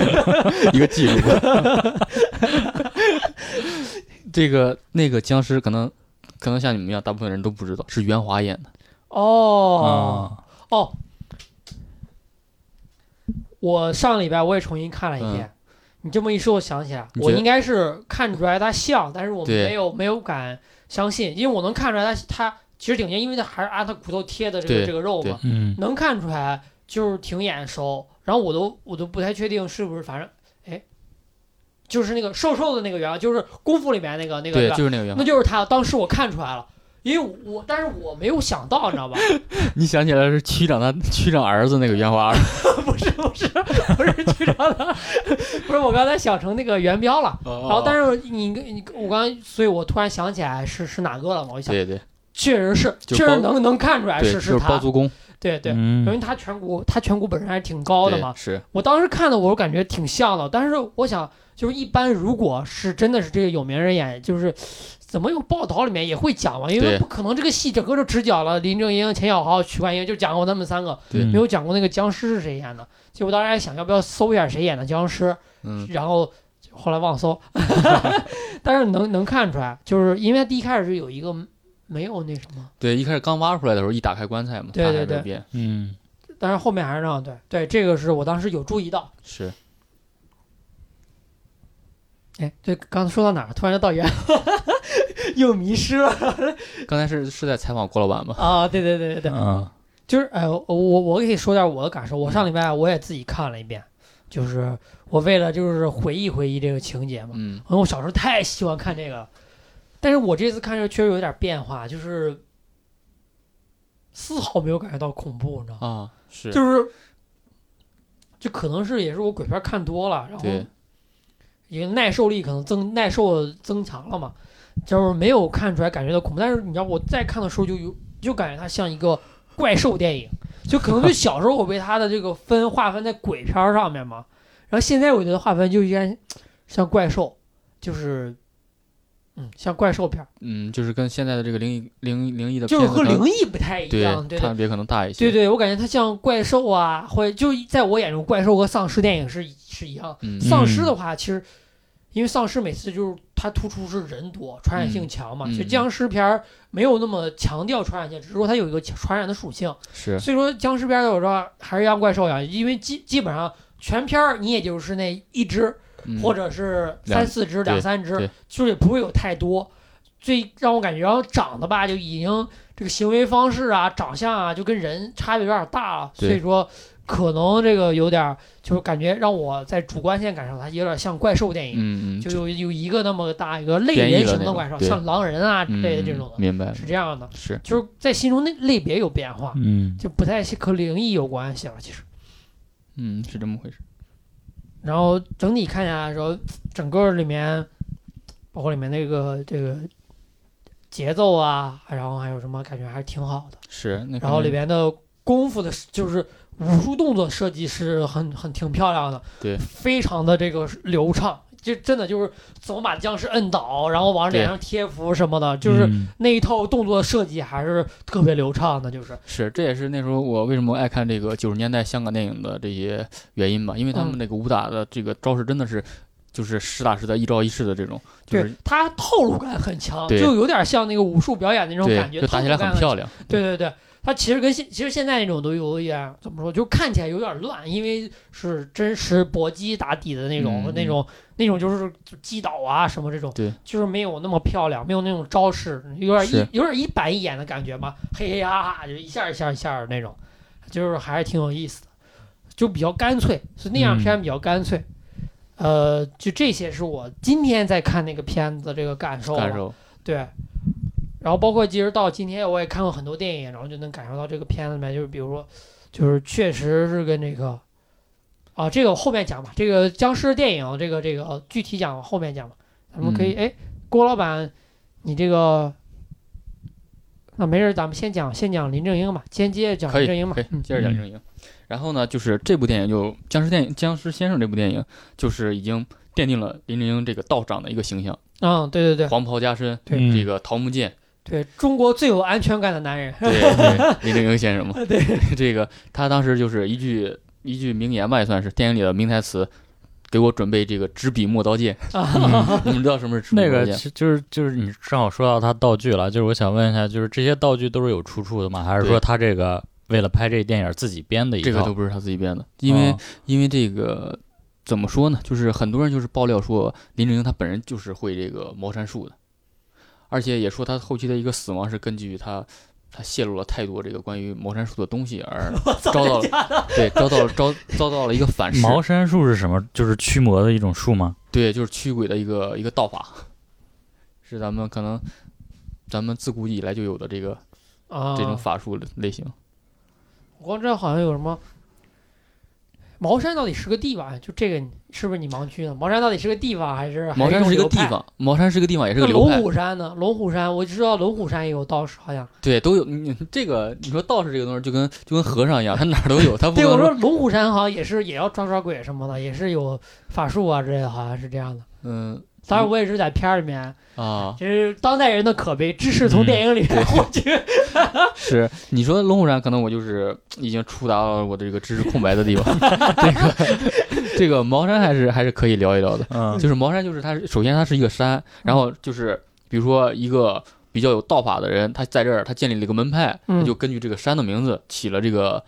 C: 一个技术。这个那个僵尸可能可能像你们一样，大部分人都不知道是袁华演的。
A: 哦、
B: 啊，
A: 哦，我上礼拜我也重新看了一遍。你这么一说，我想起来，
C: 嗯你觉
A: 我
C: 得
A: 应该是看出来他像，但是我
C: 对
A: 没有没有敢相信，因为我能看出来他他其实挺像，因为他还是按他骨头贴的这个
C: 对
A: 这个肉嘛，
B: 嗯，
A: 能看出来就是挺眼熟。然后我都我都不太确定是不是，反正哎，就是那个瘦瘦的那个元，就是功夫里面那个那个
C: 对，
A: 元，
C: 就是那个原
A: 那
C: 话。
A: 就是他。当时我看出来了，因为我但是我没有想到，你知道吧？
C: 你想起来是区长他区长儿子那个原话，
A: 不是不是不是局长的，不是我刚才想成那个元彪了。
C: 然
A: 然哦后，但是你你我刚才，所以我突然想起来是是哪个了嘛？我一想，
C: 对对
A: 确实是，
C: 就
A: 确实
C: 包
A: 能能看出来
C: 对，
A: 是
C: 就是包
A: 他，
C: 租公
A: 对对，因
B: 嗯
A: 为他颧骨他颧骨本身还是挺高的
C: 对
A: 嘛。
C: 是
A: 我当时看的我感觉挺像的，但是我想就是一般如果是真的是这些有名人演，就是怎么有报道里面也会讲嘛，因为
C: 对
A: 不可能这个戏整个就只讲了林正英、钱小豪、许冠英，就讲过他们三个，
C: 对
A: 没有讲过那个僵尸是谁演的。结果当时还想要不要搜一下谁演的僵尸，
C: 嗯
A: 然后后来忘搜， 但是能能看出来，就是因为第一开始是有一个没有那什么，
C: 对，一开始刚挖出来的时候一打开棺材嘛，
A: 对
C: 他
A: 对
C: 还没有
A: 对
C: 变
B: 嗯
A: 但是后面还是让对对，这个是我当时有注意到。
C: 是
A: 哎，对，刚才说到哪儿？突然就到原， 又迷失了
C: 刚才是是在采访郭老板吧？
A: 啊！对对对对对，
B: 啊
A: 就是哎，我我我给你说点我的感受。我上礼拜我也自己看了一遍，就是我为了就是回忆回忆这个情节嘛。
C: 嗯
A: 因为我小时候太喜欢看这个了，但是我这次看这个确实有点变化，就是丝毫没有感觉到恐怖，你知道吗？
C: 啊是
A: 就是，就可能是也是我鬼片看多了，然后
C: 对
A: 也耐受力可能增耐受增强了嘛，就是没有看出来感觉到恐怖。但是你知道我再看的时候就有就感觉它像一个怪兽电影，就可能就小时候我被它的这个分划分在鬼片儿上面嘛，然后现在我觉得划分就应该像怪兽，就是嗯像怪兽片儿，
C: 嗯，就是跟现在的这个灵异灵异灵异的
A: 就是
C: 片子
A: 和
C: 可能
A: 灵异不太一样，
C: 对
A: 对对
C: 差别可能大一些，
A: 对对，我感觉它像怪兽啊，或者就在我眼中，怪兽和丧尸电影是是一样。
C: 嗯
A: 丧尸的话，其实因为丧尸每次就是它突出是人多，传染性强嘛，
C: 嗯
A: 所以
C: 嗯
A: 僵尸片儿没有那么强调传染性，只是说它有一个传染的属性。
C: 是
A: 所以说僵尸片儿有时候还是像怪兽一样，因为基基本上全片儿你也就是那一只
C: 嗯
A: 或者是
C: 两
A: 三四只、两
C: 对
A: 三只
C: 对，
A: 就是也不会有太多。最让我感觉，然后长得吧，就已经这个行为方式啊、长相啊，就跟人差别有点大了。所
C: 对
A: 以说，可能这个有点儿，就是感觉让我在主观线感受它有点像怪兽电影，
C: 嗯嗯
A: 就有有一个那么大一个类
C: 变异
A: 人
C: 了
A: 形
C: 那
A: 的
C: 种
A: 怪兽，
C: 对
A: 像狼人啊之
C: 嗯
A: 类的这种的，
C: 明白
A: 是这样的。
C: 是
A: 就是在心中那类别有变化，
B: 嗯
A: 就不太和灵异有关系了，其实。
C: 嗯是这么回事，
A: 然后整体看下来的时候，整个里面包括里面那个这个节奏啊，然后还有什么感觉还是挺好的。
C: 是那可
A: 然后里
C: 能
A: 边的功夫的，就是武术动作设计是很很挺漂亮的，
C: 对
A: 非常的这个流畅。就真的就是怎么把僵尸摁倒，然后往脸
C: 对
A: 上贴符什么的， 就是
B: 嗯
A: 那一套动作设计还是特别流畅的，就是
C: 是，这也是那时候我为什么爱看这个九十年代香港电影的这些原因吧，因为他们
A: 嗯
C: 那个武打的这个招式真的是，就是实打实的，一招一式的这种，就
A: 对
C: 是
A: 它套路感很强，
C: 对
A: 就有点像那个武术表演那种感觉，
C: 对，就打起来
A: 套路感很
C: 很漂亮，
A: 对对对，它其实跟现其实现在那种都有一点怎么说，就看起来有点乱，因为是真实搏击打底的那种、
C: 嗯
A: 那种那种就是就击倒啊什么这种，
C: 对，
A: 就是没有那么漂亮，没有那种招式，有点
C: 是
A: 一有点一板一眼的感觉嘛，嘿嘿哈哈，就一下一下一下的那种，就是还是挺有意思的，就比较干脆，是那样
C: 嗯
A: 片比较干脆。呃，就这些是我今天在看那个片子的这个感受吧。
C: 感受，
A: 对，然后包括其实到今天我也看过很多电影，然后就能感受到这个片子里面就是比如说，就是确实是跟这个，啊，这个后面讲吧，这个僵尸电影这个这个、呃具体讲后面讲吧，咱们可
C: 嗯
A: 以哎、郭老板，你这个。那没事，咱们先讲先讲林正英吧，先接着讲
C: 可
A: 林
C: 以
A: 正英吧
C: 可以。
A: 嗯，
C: 接着讲
B: 嗯
C: 正英。然后呢，就是这部电影就《僵尸电影僵尸先生》这部电影，就是已经奠定了林正英这个道长的一个形象，
A: 嗯，对对对
C: 黄袍加身，
A: 对
B: 嗯
C: 这个桃木 剑，
A: 对，中国最有安全感的男人。
C: 对 对，林正英先生嘛，
A: 对，
C: 这个他当时就是一句一句名言吧，也算是电影里的名台词，给我准备这个纸笔磨刀剑。 你们知道什么是纸笔
B: 那
C: 磨刀
B: 个
C: 剑？
B: 其就是就是你正好说到他道具了，就是我想问一下，就是这些道具都是有出处的吗？还是
C: 对
B: 说他这个为了拍这电影自己编的一套？
C: 这个都不是他自己编的，因为、
B: 哦
C: 因为这个怎么说呢？就是很多人就是爆料说林正英他本人就是会这个茅山术的，而且也说他后期的一个死亡是根据他他泄露了太多这个关于茅山术的东西， 而
A: 我操，
C: 招到了
A: 真假的
C: 对遭到了遭遭到了一个反噬，
B: 茅山术是什么？就是驱魔的一种术吗？
C: 对，就是驱鬼的一个一个道法，是咱们可能咱们自古以来就有的这个
A: 啊！
C: 这种法术类型。
A: 我光知道好像有什么茅山到底是个地方，哎就这个你是不是你盲区呢？茅山到底是个地方还是
C: 茅山是一个
A: 还种流
C: 地？
A: 派
C: 方，茅山是个地方，也是
A: 那
C: 个流
A: 龙
C: 派，
A: 虎山呢？龙虎山，我就知道龙虎山也有道士，好像。
C: 对，都有。你这个你说道士这个东西，就跟就跟和尚一样，他哪儿都有，他不
A: 对，
C: 能
A: 我说龙虎山好像也是也要抓抓鬼什么的，也是有法术啊之类的，好像是这样的。
C: 嗯
A: 当然，我也是在片儿里面，
C: 啊，
A: 这是当代人的可悲，知识从
B: 嗯
A: 电影里面获取。
C: 是你说龙虎山，可能我就是已经触达到了我的这个知识空白的地方。 这个这个茅山还是还是可以聊一聊的。
B: 嗯
C: 就是茅山，就是它是首先它是一个山，然后就是比如说一个比较有道法的人，他在这儿他建立了一个门派，
A: 嗯
C: 他就根据这个山的名字起了这个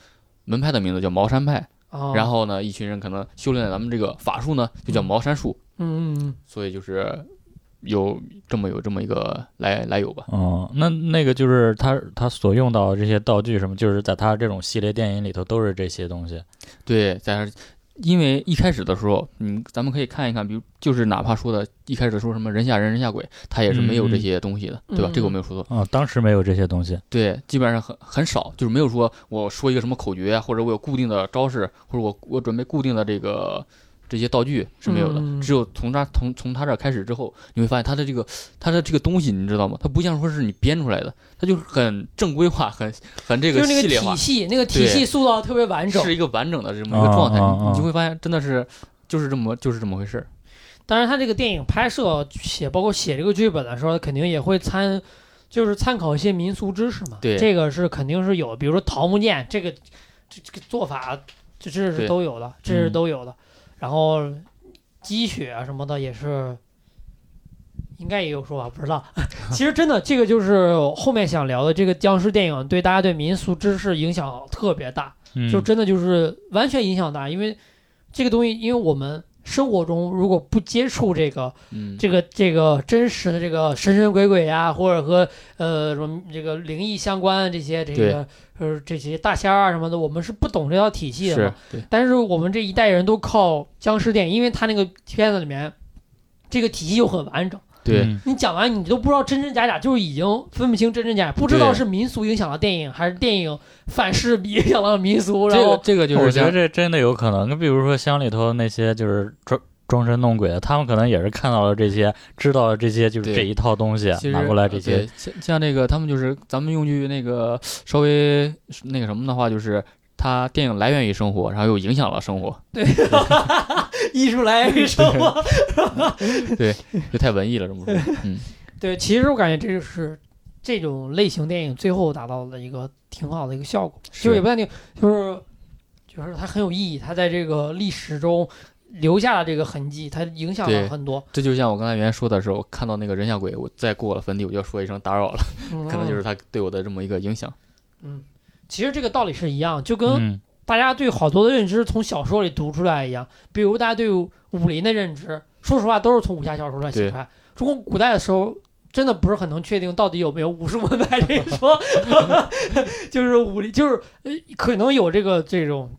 C: 门派的名字叫茅山派。
A: 哦
C: 然，后呢，一群人可能修炼了咱们这个法术呢，就叫茅山术。
A: 嗯嗯嗯，
C: 所以就是有这么有这么一个来来由吧。
B: 哦，那那个就是他他所用到的这些道具什么，就是在他这种系列电影里头都是这些东西。
C: 对，在这儿因为一开始的时候，嗯，咱们可以看一看，比如就是哪怕说的一开始说什么人吓人人吓鬼，他也是没有这些东西的，对吧
A: 嗯？
C: 这个我没有说错。
B: 啊、当时没有这些东西。
C: 对，基本上很很少，就是没有说我说一个什么口诀啊，或者我有固定的招式，或者我我准备固定的这个。这些道具是没有的，
A: 嗯
C: 只有从他从从他这儿开始之后，你会发现他的这个他的这个东西，你知道吗？它不像说是你编出来的，它就是很正规化，很很这
A: 就
C: 个
A: 是那
C: 系
A: 个
C: 列化
A: 体。系，那个体系
C: 对
A: 塑造得特别完整。
C: 是一个完整的这么一个状态，
B: 啊啊啊
C: 你你就会发现真的是就是这么就是这么回事儿。
A: 当然，他这个电影拍摄写，包括写这个剧本的时候，肯定也会参，就是参考一些民俗知识嘛。
C: 对
A: 这个是肯定是有，比如说桃木剑这个这这个做法，这这是
C: 对嗯
A: 都有的，这是都有的。然后积雪啊什么的也是，应该也有说法，不知道。 其实真的，这个就是后面想聊的，这个僵尸电影对大家对民俗知识影响特别大。
B: 嗯
A: 就真的就是完全影响大，因为这个东西，因为我们生活中如果不接触这个
C: 嗯，
A: 这个这个真实的这个神神鬼鬼啊，或者和呃什么这个灵异相关啊的这些这
C: 对
A: 个呃这些大仙儿啊什么的，我们是不懂这套体系的
C: 是
A: 嘛。
C: 对
A: 但是我们这一代人都靠僵尸电影，因为他那个片子里面这个体系又很完整，
C: 对
B: 嗯
A: 你讲完你都不知道真真假假，就是已经分不清真真假假，不知道
C: 对
A: 是民俗影响了电影，还是电影反噬影响了民俗，然
C: 这
A: 后
C: 个这个就
B: 我
C: 是
B: 觉得
C: 像
B: 这真的有可能。比如说乡里头那些就是装装神弄鬼的，他们可能也是看到了这些，知道了这些，就是
C: 对
B: 这一套东西
C: 其实啊呃
B: 拿过来这些
C: 对像像这个他们就是咱们用句那个稍微那个什么的话，就是它电影来源于生活，然后又影响了生活，
A: 艺术 来源于生活。
C: 就太文艺了，这么说。 嗯，
A: 对，其实我感觉这就是这种类型电影最后达到的一个挺好的一个效果，就是也不算定，就是就是它很有意义，它在这个历史中留下了这个痕迹，它影响了
C: 对
A: 很多，
C: 这就像我刚才原来说的时候，我看到那个人像鬼，我再过了坟地，我就要说一声打扰了，
A: 嗯、
C: 可能就是他对我的这么一个影响。
A: 嗯。其实这个道理是一样，就跟
B: 嗯
A: 大家对好多的认知从小说里读出来一样。比如大家对武林的认知，说实话都是从武侠小说上写出来。中国古代的时候，真的不是很能确定到底有没有武术门派这一说， 就是武林，就是呃可能有这个这种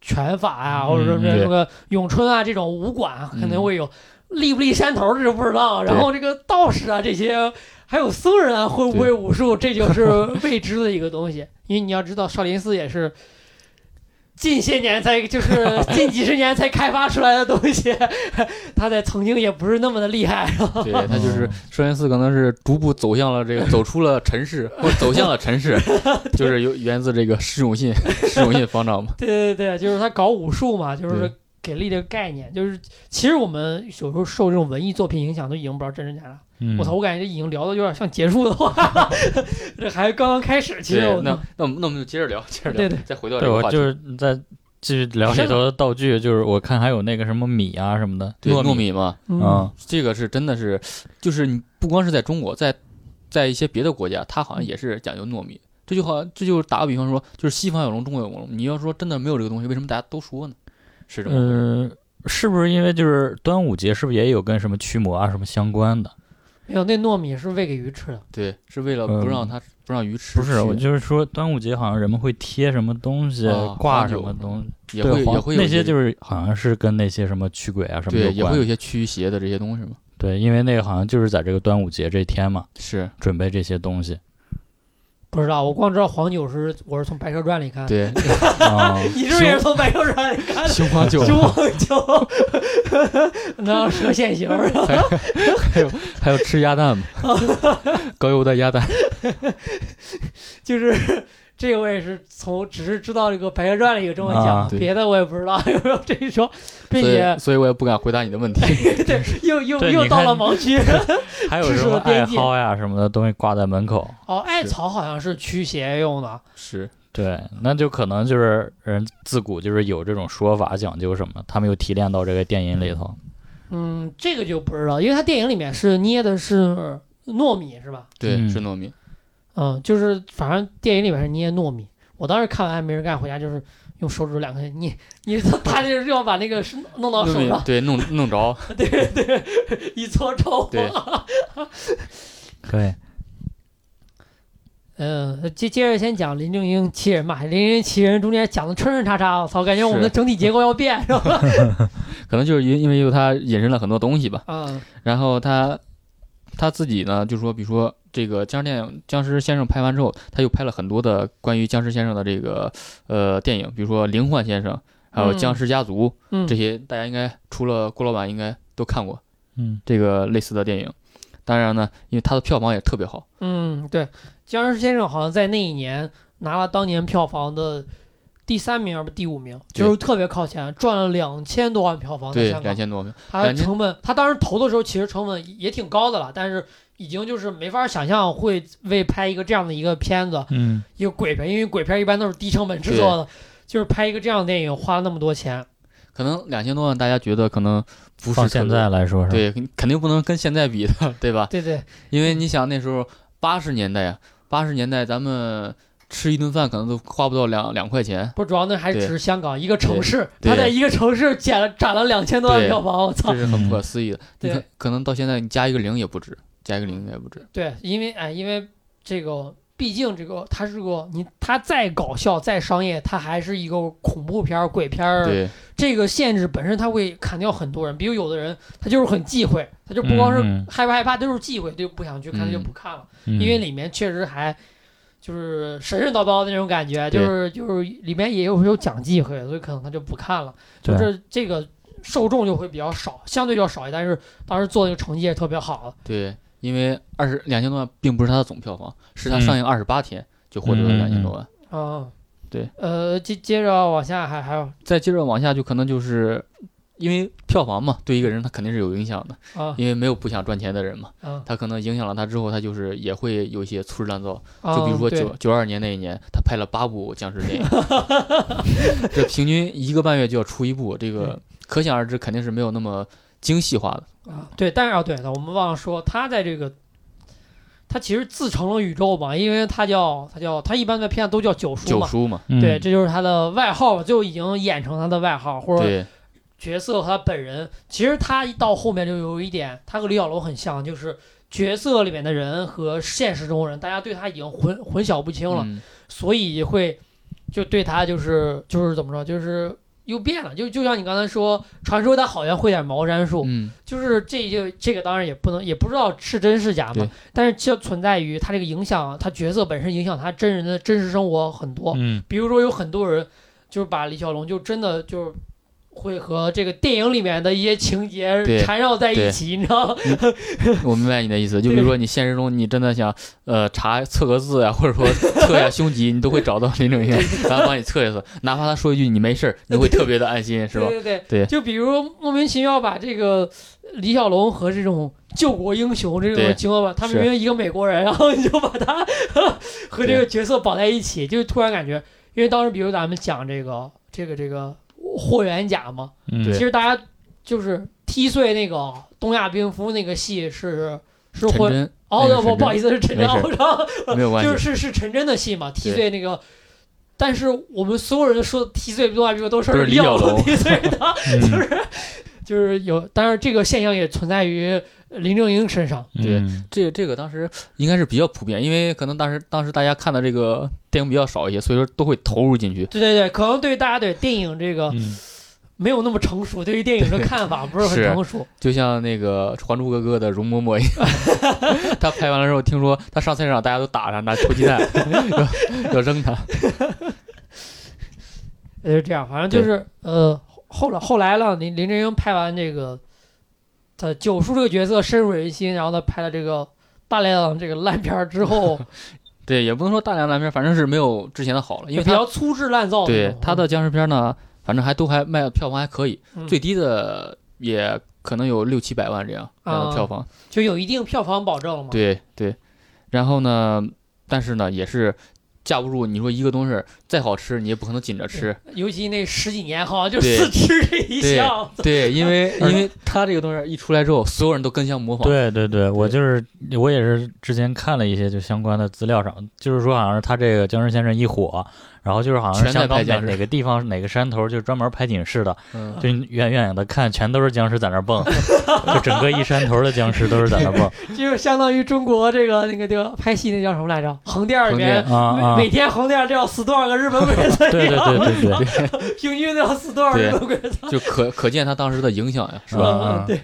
A: 拳法呀、
B: 嗯
A: 或者说
B: 对
A: 这个咏春啊这种武馆啊，肯定会有。立不立山头这就不知道，然后这个道士啊这些，还有僧人啊会不会武术，这就是未知的一个东西。因为你要知道，少林寺也是近些年才，就是近几十年才开发出来的东西，它在曾经也不是那么的厉害。
C: 对，他
B: 哦
C: 就是少林寺，可能是逐步走向了这个，走出了尘世，或者走向了尘世，就是由源自这个施永信，施永信 方丈嘛。
A: 对对对，就是他搞武术嘛，就是
C: 对
A: 给力这个概念，就是其实我们有时候受这种文艺作品影响，都已经不知道真真假假了。
B: 嗯，
A: 我操，我感觉这已经聊的有点像结束的话，这还刚刚开始。其实
C: 对
A: 我，
C: 那那我们那我们就接着聊，接着聊，
A: 对对
C: 再回到这
B: 对
C: 个
B: 我
C: 话题，
B: 就是在继续聊 里头的道具，就是我看还有那个什么米啊什么的，
C: 对
B: 米
C: 糯米嘛，
A: 嗯
B: 啊，
C: 这个是真的是，就是你不光是在中国，在在一些别的国家，它好像也是讲究糯米。这就好像，这就打个比方说，就是西方有龙，中国有龙。你要说真的没有这个东西，为什么大家都说呢？是这么回事。
B: 呃嗯、是不是因为就是端午节是不是也有跟什么驱魔啊什么相关的？
A: 没哎有，那糯米是喂给鱼吃的。
C: 对，是为了不让它不让鱼吃。
B: 嗯不是，我就是说端午节好像人们会贴什么东西，
C: 啊
B: 挂
C: 黄
B: 什
C: 酒
B: 么东西，
C: 也
B: 对
C: 会
B: 黄
C: 也会有
B: 那些
C: 是
B: 就是好像是跟那些什么驱鬼啊什么有
C: 对，
B: 关。
C: 也会有一些驱邪的这些东西嘛。
B: 对，因为那个好像就是在这个端午节这天嘛，
C: 是
B: 准备这些东西。
A: 不知道，我光知道黄酒是我是从《白蛇传》里看的。
C: 对，
B: 啊、
A: 你是不是也是从《白蛇传》里看的？
C: 雄黄酒
A: 熊黄酒，能蛇现形儿啊！
B: 还有吃鸭蛋嘛，
C: 高油的 鸭蛋，
A: 就是这个我也是从只是知道这个《白蛇传》里有这么讲
B: 啊，
C: 对
A: 别的我也不知道 有没有这一说，并
C: 所
A: 且
C: 以所以我也不敢回答你 的问题。
A: 对又又
B: 对
A: 又
B: 你
A: 到
B: 看
A: 了盲区。
B: 还有
A: 知
B: 什
A: 识
B: 么
A: 的
B: 艾
A: 边界
B: 蒿呀什么的东西挂在门口。
A: 哦，艾
C: 是
A: 草好像是驱邪用的，
C: 是
B: 对，那就可能就是人自古就是有这种说法，讲究什么，他们又提炼到这个电影里头。
A: 嗯，这个就不知道，因为它电影里面是捏的是糯米是吧？
C: 对，
B: 嗯
C: 是糯米。
A: 嗯，就是反正电影里面是捏糯米。我当时看完没人干，回家就是用手指两个捏，你 他他就是要把那个哦是弄到手
C: 糯米
A: 上，
C: 对，弄弄着，
A: 对对，一搓着
C: 对
A: 火。
B: 对，
A: 嗯，接接着先讲林正英七人吧，林正英七人中间讲的穿穿插插，我操，感觉我们的整体结构要变，是吧？
C: 可能就是因因为有它引申了很多东西吧。
A: 嗯
C: 然后他他自己呢，就说，比如说这个僵尸电影《僵尸先生》拍完之后，他又拍了很多的关于僵尸先生的这个呃电影，比如说《灵幻先生》，还有
A: 嗯
C: 《僵尸家族》
A: 嗯，
C: 这些，大家应该除了郭老板应该都看过
B: 嗯，
C: 这个类似的电影。当然呢，因为它的票房也特别好，
A: 嗯，对，僵尸先生好像在那一年拿了当年票房的第三名，不第五名，
C: 对
A: 就是特别靠前，赚了两千多万票房在
C: 对，
A: 香
C: 两
A: 港。
C: 千多万。
A: 它的
C: 2000
A: 成本，它当时投的时候其实成本也挺高的了，但是已经就是没法想象会为拍一个这样的一个片子，
B: 嗯，
A: 一个鬼片，因为鬼片一般都是低成本制作的，就是拍一个这样的电影花那么多钱。
C: 可能两千多万，大家觉得可能不是
B: 放
C: 特
B: 现
C: 别
B: 在来说是吧？
C: 对，肯定不能跟现在比的，对吧？
A: 对对，
C: 因为你想那时候八十年代呀，八十年代咱们吃一顿饭可能都花不到两两块钱，
A: 不主要那还只
C: 对
A: 是香港一个城
C: 对
A: 市，
C: 对
A: 它在一个城市捡了攒了两千多万
C: 对
A: 票房，我操！
C: 这是
B: 嗯
C: 很不可思议的。
A: 哦对
C: 你看，可能到现在你加一个零也不止，加一个零应该不止。
A: 对，因为哎，因为这个，毕竟这个它是个你，它再搞笑再商业，它还是一个恐怖片儿、鬼片儿。
C: 对
A: 这个限制本身它会砍掉很多人，比如有的人他就是很忌讳，他就不光是
B: 嗯嗯
A: 害不害怕，他就是忌讳，他就不想去看，他就
C: 嗯
A: 不看了，
B: 嗯，
A: 因为里面确实还。就是神神叨叨的那种感觉，就
C: 对
A: 是就是里面也有有讲忌讳，所以可能他就不看了，就
B: 对
A: 是这个受众就会比较少，相对就要少一点。但是当时做那个成绩也特别好，
C: 对，因为二十两千多万并不是它的总票房，是它
B: 嗯
C: 上映二十八天就获得了
B: 嗯嗯
C: 两千多万。
A: 啊，
C: 哦对，
A: 呃，接接着往下还还有
C: 再接着往下，就可能就是因为票房嘛，对一个人他肯定是有影响的，
A: 啊
C: 因为没有不想赚钱的人嘛，
A: 啊
C: 他可能影响了他之后，他就是也会有一些粗制滥造。
A: 啊！
C: 就比如说
A: 对
C: 九九二年那一年，他拍了八部僵尸 电影，这平均一个半月就要出一部，这
A: 嗯
C: 个可想而知肯定是没有那么精细化的。
A: 啊，对，但是啊，对的，我们忘了说，他在这个，他其实自成了宇宙嘛，因为他叫他叫他一般的片都叫九叔
C: 九
A: 嘛，
C: 叔嘛，
B: 嗯
A: 对，这就是他的外号，就已经演成他的外号或者
C: 对
A: 角色和他本人。其实他一到后面就有一点，他和李小龙很像，就是角色里面的人和现实中人，大家对他已经混混淆不清了。
C: 嗯
A: 所以会就对他就是就是怎么说，就是又变了。就就像你刚才说，传说他好像会点茅山术，
C: 嗯，
A: 就是这就这个当然也不能也不知道是真是假嘛
C: 对，
A: 但是就存在于他这个影响，他角色本身影响他真人的真实生活很多。
B: 嗯
A: 比如说有很多人就是把李小龙就真的就是。会和这个电影里面的一些情节
C: 对
A: 缠绕在一
C: 对
A: 起，你知道吗？
C: 我明白你的意思。就比如说你现实中你真的想呃查测个字啊，或者说测一下胸肌，你都会找到林正英，然后帮你测一测，哪怕他说一句你没事儿，你会特别的安心，是吧？
A: 对对
C: 对
A: 就比如莫名其妙把这个呃李小龙和这种救国英雄这种
C: 对
A: 情况吧，他
C: 是
A: 明明一个美国人，然后你就把他 和这
C: 对
A: 个角色绑在一起，就突然感觉，因为当时比如咱们讲这个这个这个霍元甲嘛，
B: 嗯，
C: 对
A: 其实大家就是踢碎那个东亚病夫那个戏是是
C: 陈
A: 霍
C: 真
A: 哦，
C: 那个
A: 不
C: 陈真
A: 不好意思是陈真，啊
C: 没事
A: 我知道
C: 没有关
A: 就
C: 系，
A: 是是陈真的戏嘛，踢碎那个。但是我们所有人说踢碎东亚病夫都
C: 都
A: 是
C: 是
A: 李
C: 李小
A: 小龙
C: 龙
A: 踢碎的，
B: 嗯
A: 就是有，但是这个现象也存在于林正英身上。
C: 对
B: 嗯
C: 这这个当时应该是比较普遍，因为可能当时当时大家看的这个电影比较少一些，所以说都会投入进去。
A: 对对对，可能对大家对电影这个
B: 嗯
A: 没有那么成熟，对于电影的看法不是很
C: 是
A: 成熟。
C: 就像那个《还珠格格》的容嬷嬷一样， 她拍完了之后，听说她上菜市场，大家都打她，拿臭鸡蛋 要要扔她。
A: 呃，就是这样，反正就是呃，后来后来了，林林正英拍完这个，呃他九叔这个角色深入人心，然后他拍了这个大量这个烂片儿之 后，
C: 对，也不能说大量烂片，反正是没有之前的好了，因
A: 也
C: 为
A: 比
C: 她
A: 较粗制滥造那
C: 对
A: 种。
C: 她的僵尸片呢，反正还都还卖的票房还可以，
A: 嗯
C: 最低的也可能有六七百万这样这样的票房。
A: 就有一定票房保证了嘛。
C: 对对，然后呢，但是呢，也是架不住你说一个东西再好吃，你也不可能紧着吃。
A: 尤其那十几年好像就
C: 对
A: 死吃这一项，
C: 对，因 为
B: 而
C: 因为它这个东西一出来之后，所有人都跟相模仿。
B: 对对对，我就是我也是之前看了一些就相关的资料上，就是说好像是他这个僵尸先生一火，然后就是好像是
C: 全在
B: 香港
C: 拍僵
B: 哪
C: 尸
B: 哪个地方哪个山头就专门拍警示的，
C: 嗯，
B: 就你远远的看全都是僵尸在那儿蹦，就整个一山头的僵尸都是在那儿蹦
A: 就是相当于中国这个那个这个拍戏那叫什么来着？横店儿里
C: 横
A: 面
C: 店
B: 啊啊？
A: 每！每天横店儿就要死多少个日本鬼子
B: 对对对对对，
A: 对，平均都要死多少个日本鬼子？
C: 就可可见他当时的影响呀，是吧？啊
B: 吧
A: 嗯对，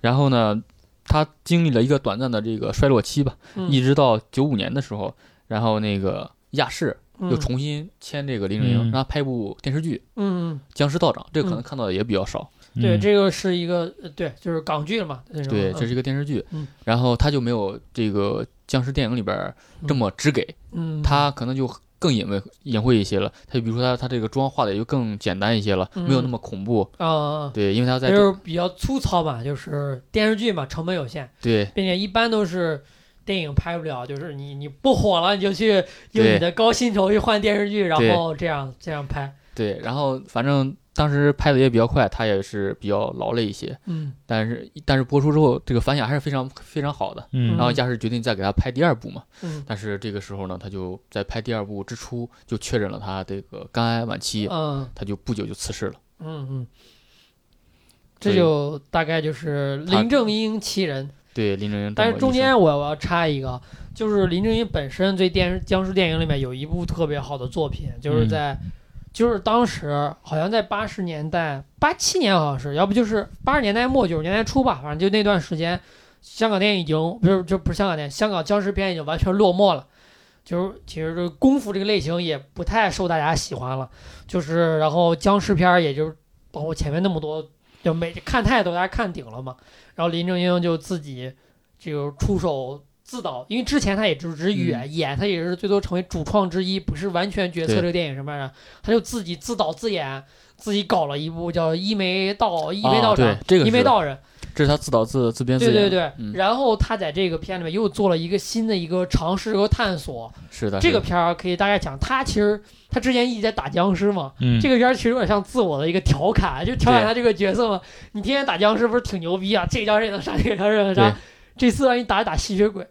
C: 然后呢，他经历了一个短暂的这个衰落期吧，
A: 嗯
C: 一直到九五年的时候，然后那个亚视又
A: 嗯
C: 重新签这个林正英，
B: 嗯
C: 让他拍部电视剧
A: 嗯，
C: 《僵尸道长》，这个可
A: 嗯
C: 能看到的也比较少。
A: 嗯对，
B: 嗯
A: 这个是一个呃对，就是港剧了嘛，那种
C: 对，
A: 嗯
C: 这是一个电视剧，
A: 嗯
C: 然后他就没有这个僵尸电影里边儿这么直给，
A: 嗯，
C: 他可能就更隐晦隐晦一些了。他就比如说他他这个妆化的也就更简单一些了，
A: 嗯
C: 没有那么恐怖。
A: 啊，
C: 对，因为他在
A: 就是比较粗糙嘛，就是电视剧嘛，成本有限，
C: 对
A: 并且一般都是电影拍不了，就是你你不火了，你就去用
C: 对
A: 你的高薪酬去换电视剧，然
C: 对
A: 后这样这样拍，
C: 对，然后反正当时拍的也比较快，他也是比较劳累一些，
A: 嗯
C: 但是但是播出之后，这个反响还是非常非常好的。
B: 嗯
C: 然后亚视决定再给他拍第二部嘛，
A: 嗯
C: 但是这个时候呢，他就在拍第二部之初就确诊了他这个肝癌晚期，
A: 嗯
C: 他就不久就辞世了。
A: 嗯嗯，这
C: 所以
A: 就大概就是
C: 他嗯
A: 林正英其人。
C: 对，林正英这么一生。
A: 但是中间我我要插一个，就是林正英本身对电视僵尸电影里面有一部特别好的作品，就是
B: 嗯
A: 在、就是当时好像在八十年代八七年好像是，要不就是八十年代末九十年代初吧，反正就那段时间，香港电影已经不是就不是香港电影，香港僵尸片已经完全落寞了。就是其实这功夫这个类型也不太受大家喜欢了，就是然后僵尸片儿也就是包括前面那么多，就没看太多，大家看顶了嘛。然后林正英就自己就出手自导，因为之前他也只
C: 嗯
A: 只演、演，他也是最多成为主创之一，不是完全决策
C: 对
A: 这个电影什么的，他就自己自导自演，自己搞了一部叫《一眉道一眉
C: 啊
A: 道长》
C: 对这个
A: 一眉
C: 是
A: 道人，
C: 这是他自导自自编自
A: 对
C: 演的。
A: 对对。
C: 嗯
A: 然后他在这个片里面又做了一个新的一个尝试和探索，
C: 是的，
A: 这
C: 是
A: 个
C: 的
A: 片儿可以大概讲，他其实他之前一直在打僵尸嘛，
B: 嗯
A: 这个片儿其实有点像自我的一个调侃，就调侃
C: 对
A: 他这个角色嘛。你天天打僵尸不是挺牛逼啊？这个僵尸也能杀，那个僵尸也能杀
C: 对。
A: 这次让你打一打吸血鬼，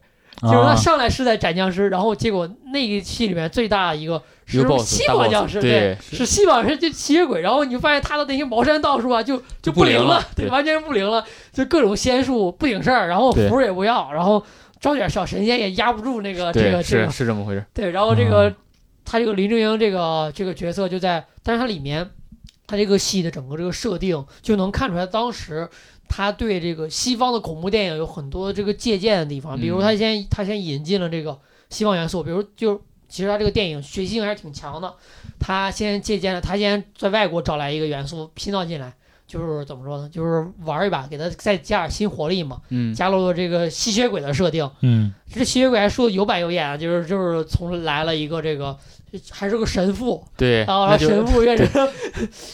A: 就是他
B: 啊
A: 上来是在斩僵尸，然后结果那一期里面最大的一个是
C: 有 boss
A: 西
C: 大
A: 方
C: boss，
A: 僵尸，
C: 对是
A: 是西方人就吸血鬼，然后你就发现他的那些茅山道术啊，就就
C: 就
A: 不
C: 不
A: 灵
C: 灵了
A: 对，
C: 对
A: 完全不灵了，就各种仙术不顶事儿，然后
C: 对
A: 符儿也不要，然后招点小神仙也压不住那个啊这
C: 对
A: 个这个
C: 是是这么回事。
A: 对，然后这
C: 嗯
A: 个、他这个林正英这个这个角色就在，但是他里面他这个戏的整个这个设定就能看出来，当时他对这个西方的恐怖电影有很多这个借鉴的地方，比如
C: 嗯
A: 他先、他先引进了这个西方元素，比如就其实他这个电影学习性还是挺强的，他先借鉴了，他先在外国找来一个元素拼到进来。就是怎么说呢？就是玩一把，给他再加点新活力嘛，
C: 嗯，
A: 加入了这个吸血鬼的设定，
B: 嗯
A: 这吸血鬼还说有板有眼啊，就是就是从来了一个这个还是个神父，
C: 对，
A: 然后
C: 那
A: 他
C: 就
A: 神父变成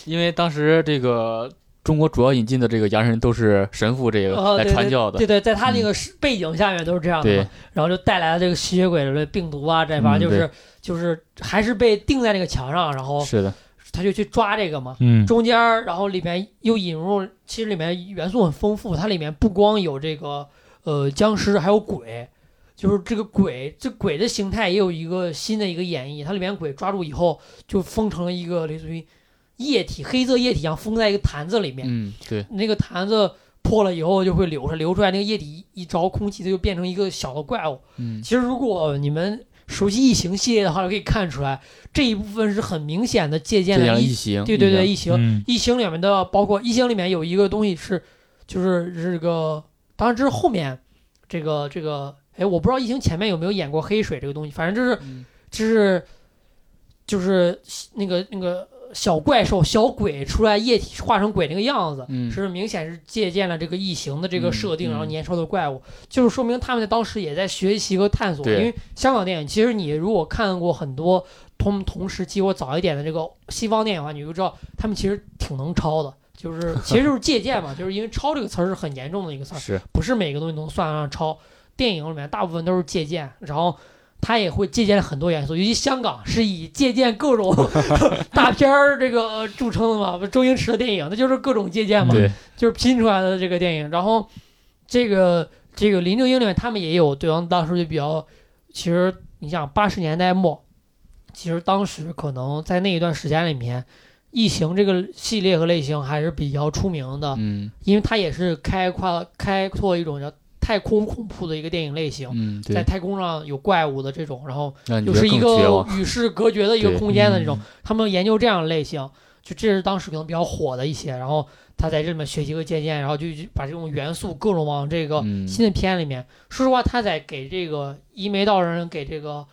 C: 因为当时这个中国主要引进的这个洋人都是神父这
A: 哦
C: 个来
A: 对
C: 传教的，嗯
A: 对对，在他那个是背景下面都是这样的嘛，
C: 对
A: 然后就带来了这个吸血鬼的病毒啊，这反正
C: 嗯
A: 就是、就是还是被钉在那个墙上，然后
C: 是的，
A: 他就去抓这个嘛。
B: 嗯
A: 中间儿，然后里面又引入，其实里面元素很丰富，它里面不光有这个呃僵尸，还有鬼，就是这个鬼，这鬼的形态也有一个新的一个演绎。它里面鬼抓住以后，就封成了一个类似于液体、黑色液体一样封在一个坛子里面，
C: 嗯，对，
A: 那个坛子。破了以后就会流出来，流出来那个液体一着空气，它就变成一个小的怪物。
B: 嗯
A: 其实如果你们熟悉《异形》系列的话，就可以看出来这一部分是很明显的借鉴
C: 这
A: 了
C: 样
A: 异
C: 异形，
A: 对对对，《
C: 一样，
A: 异形》
B: 嗯
A: 异形》里面的包括《异形》里面有一个东西是，就是这个，当然这是后面这个这个，哎，我不知道《异形》前面有没有演过黑水这个东西，反正就是
C: 嗯
A: 就是就是那个那个小怪兽、小鬼出来液体化成鬼那个样子，
C: 嗯
A: 是明显是借鉴了这个异形的这个设定，
C: 嗯嗯
A: 然后年少的怪物，就是说明他们在当时也在学习和探索。因
C: 对
A: 为香港电影，其实你如果看过很多同同时期或早一点的这个西方电影的话，你就知道他们其实挺能抄的，就是 其实就是借鉴嘛，就是因为“抄”这个词儿是很严重的一个词儿，啊
C: 是
A: 不是每个东西能算得上抄。电影里面大部分都是借鉴，然后。他也会借鉴很多元素，尤其香港是以借鉴各种大片儿这个呃著称的嘛，不周星驰的电影，那就是各种借鉴嘛。
C: 对
A: 就是拼出来的这个电影。然后这个这个林正英里面他们也有对方当时就比较，其实你想八十年代末，其实当时可能在那一段时间里面，《异形》这个系列和类型还是比较出名的，
C: 嗯
A: 因为它也是开跨开拓一种叫太空恐怖的一个电影类型。
C: 嗯，
A: 在
C: 对，
A: 太空上有怪物的这种，然后
C: 那你
A: 又
C: 觉
A: 是
C: 得
A: 一
C: 更绝
A: 个
C: 望？
A: 与世隔绝的一个
C: 对嗯
A: 空间的这种，他们研究这样的类型，就这是当时可能比较火的一些。然后他在这里面学习和借鉴，然后就就把这种元素各种往这个
C: 嗯
A: 新的片里面。说实话，他在给这个一眉道人给这个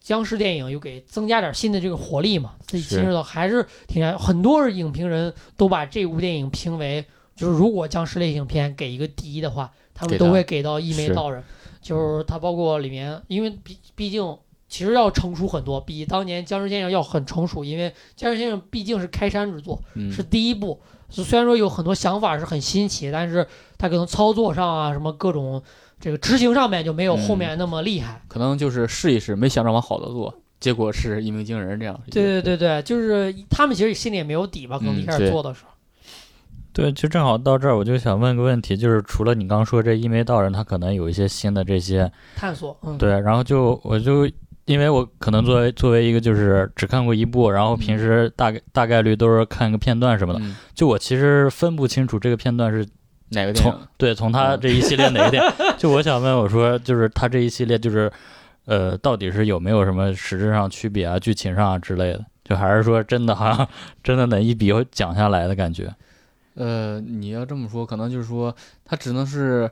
A: 僵尸电影又给增加点新的这个活力嘛，自己
C: 是
A: 亲热到还是挺很多影评人都把这部电影评为就是如果僵尸类型片给一个第一的话，他们
C: 给他
A: 都会给到一眉
C: 是
A: 道人，就是它包括里面，因为毕毕竟其实要成熟很多，比当年僵尸先生要很成熟，因为僵尸先生毕竟是开山之作，
C: 嗯
A: 是第一部。就虽然说有很多想法是很新奇，但是它可能操作上啊，什么各种这个执行上面就没有
C: 嗯
A: 后面那么厉害。
C: 可能就是试一试，没想着往好的做，结果是一鸣惊人这样。
A: 对，对对对，就是他们其实心里也没有底吧，可能
C: 嗯
A: 一开始
C: 对
A: 做的时候，
B: 对，就正好到这儿，我就想问个问题，就是除了你刚说这一眉道人，他可能有一些新的这些，
A: 探索，嗯，
B: 对，然后就我就因为我可能作为作为一个就是只看过一部，然后平
A: 嗯
B: 时大概大概率都是看个片段什么的，
C: 嗯，
B: 就我其实分不清楚这个片段是
C: 哪个电
B: 从
C: 影？
B: 对从他这一系列哪一 点，就我想问我说，就是他这一系列就是呃，到底是有没有什么实质上区别啊、剧情上啊之类的？就还是说真的好像真的能一笔讲下来的感觉？
C: 呃，你要这么说，可能就是说，它只能是，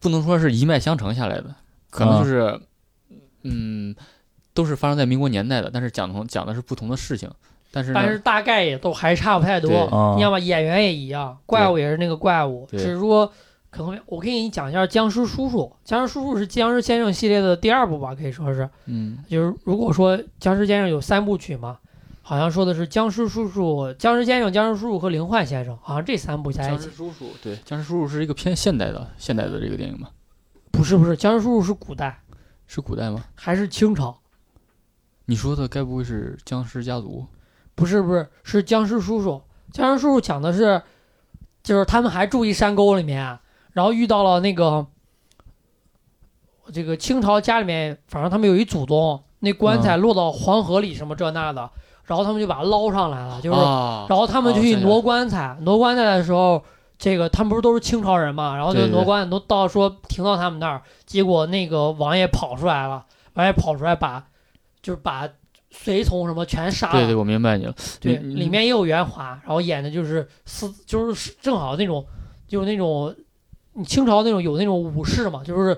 C: 不能说是一脉相承下来的，可能就是，嗯，都是发生在民国年代的，但是讲同讲的是不同的事情，但是呢
A: 但是大概也都还差不太多
C: 对。嗯
B: 啊
A: 你要么演员也一样，怪物也是那个怪物，只
C: 对
A: 是说可能我给你讲一下僵尸叔叔。僵尸叔叔是僵尸先生系列的第二部吧，可以说是，
C: 嗯
A: 就是如果说僵尸先生有三部曲嘛，好像说的是僵尸叔叔、僵尸先生、僵尸叔叔和灵幻先生，好像这三部加在一
C: 僵
A: 起
C: 尸。叔叔，对，僵尸叔叔是一个偏现代的现代的这个电影嘛，
A: 不是不是，僵尸叔叔是古代
C: 是古代吗？
A: 还是清朝？
C: 你说的该不会是僵尸家族？
A: 不是不是，是僵尸叔叔。僵尸叔叔讲的是，就是他们还住一山沟里面，啊然后遇到了那个这个清朝家里面，反正他们有一祖宗，那棺材落到黄河里什么这那的，然后他们就把它捞上来了，就是，
C: 啊，
A: 然后他们就
C: 哦
A: 去
C: 想起来
A: 挪棺材，挪棺材的时候。这个他们不是都是清朝人嘛，然后就
C: 对对
A: 挪
C: 对
A: 棺材挪到说停到他们那儿，结果那个王爷跑出来了，王爷跑出来把就是把随从什么全杀了，
C: 对对，我明白你了。
A: 对，
C: 你
A: 里面也有袁华，然后演的就是四，就是正好那种，就是那种你清朝那种有那种武士嘛，就是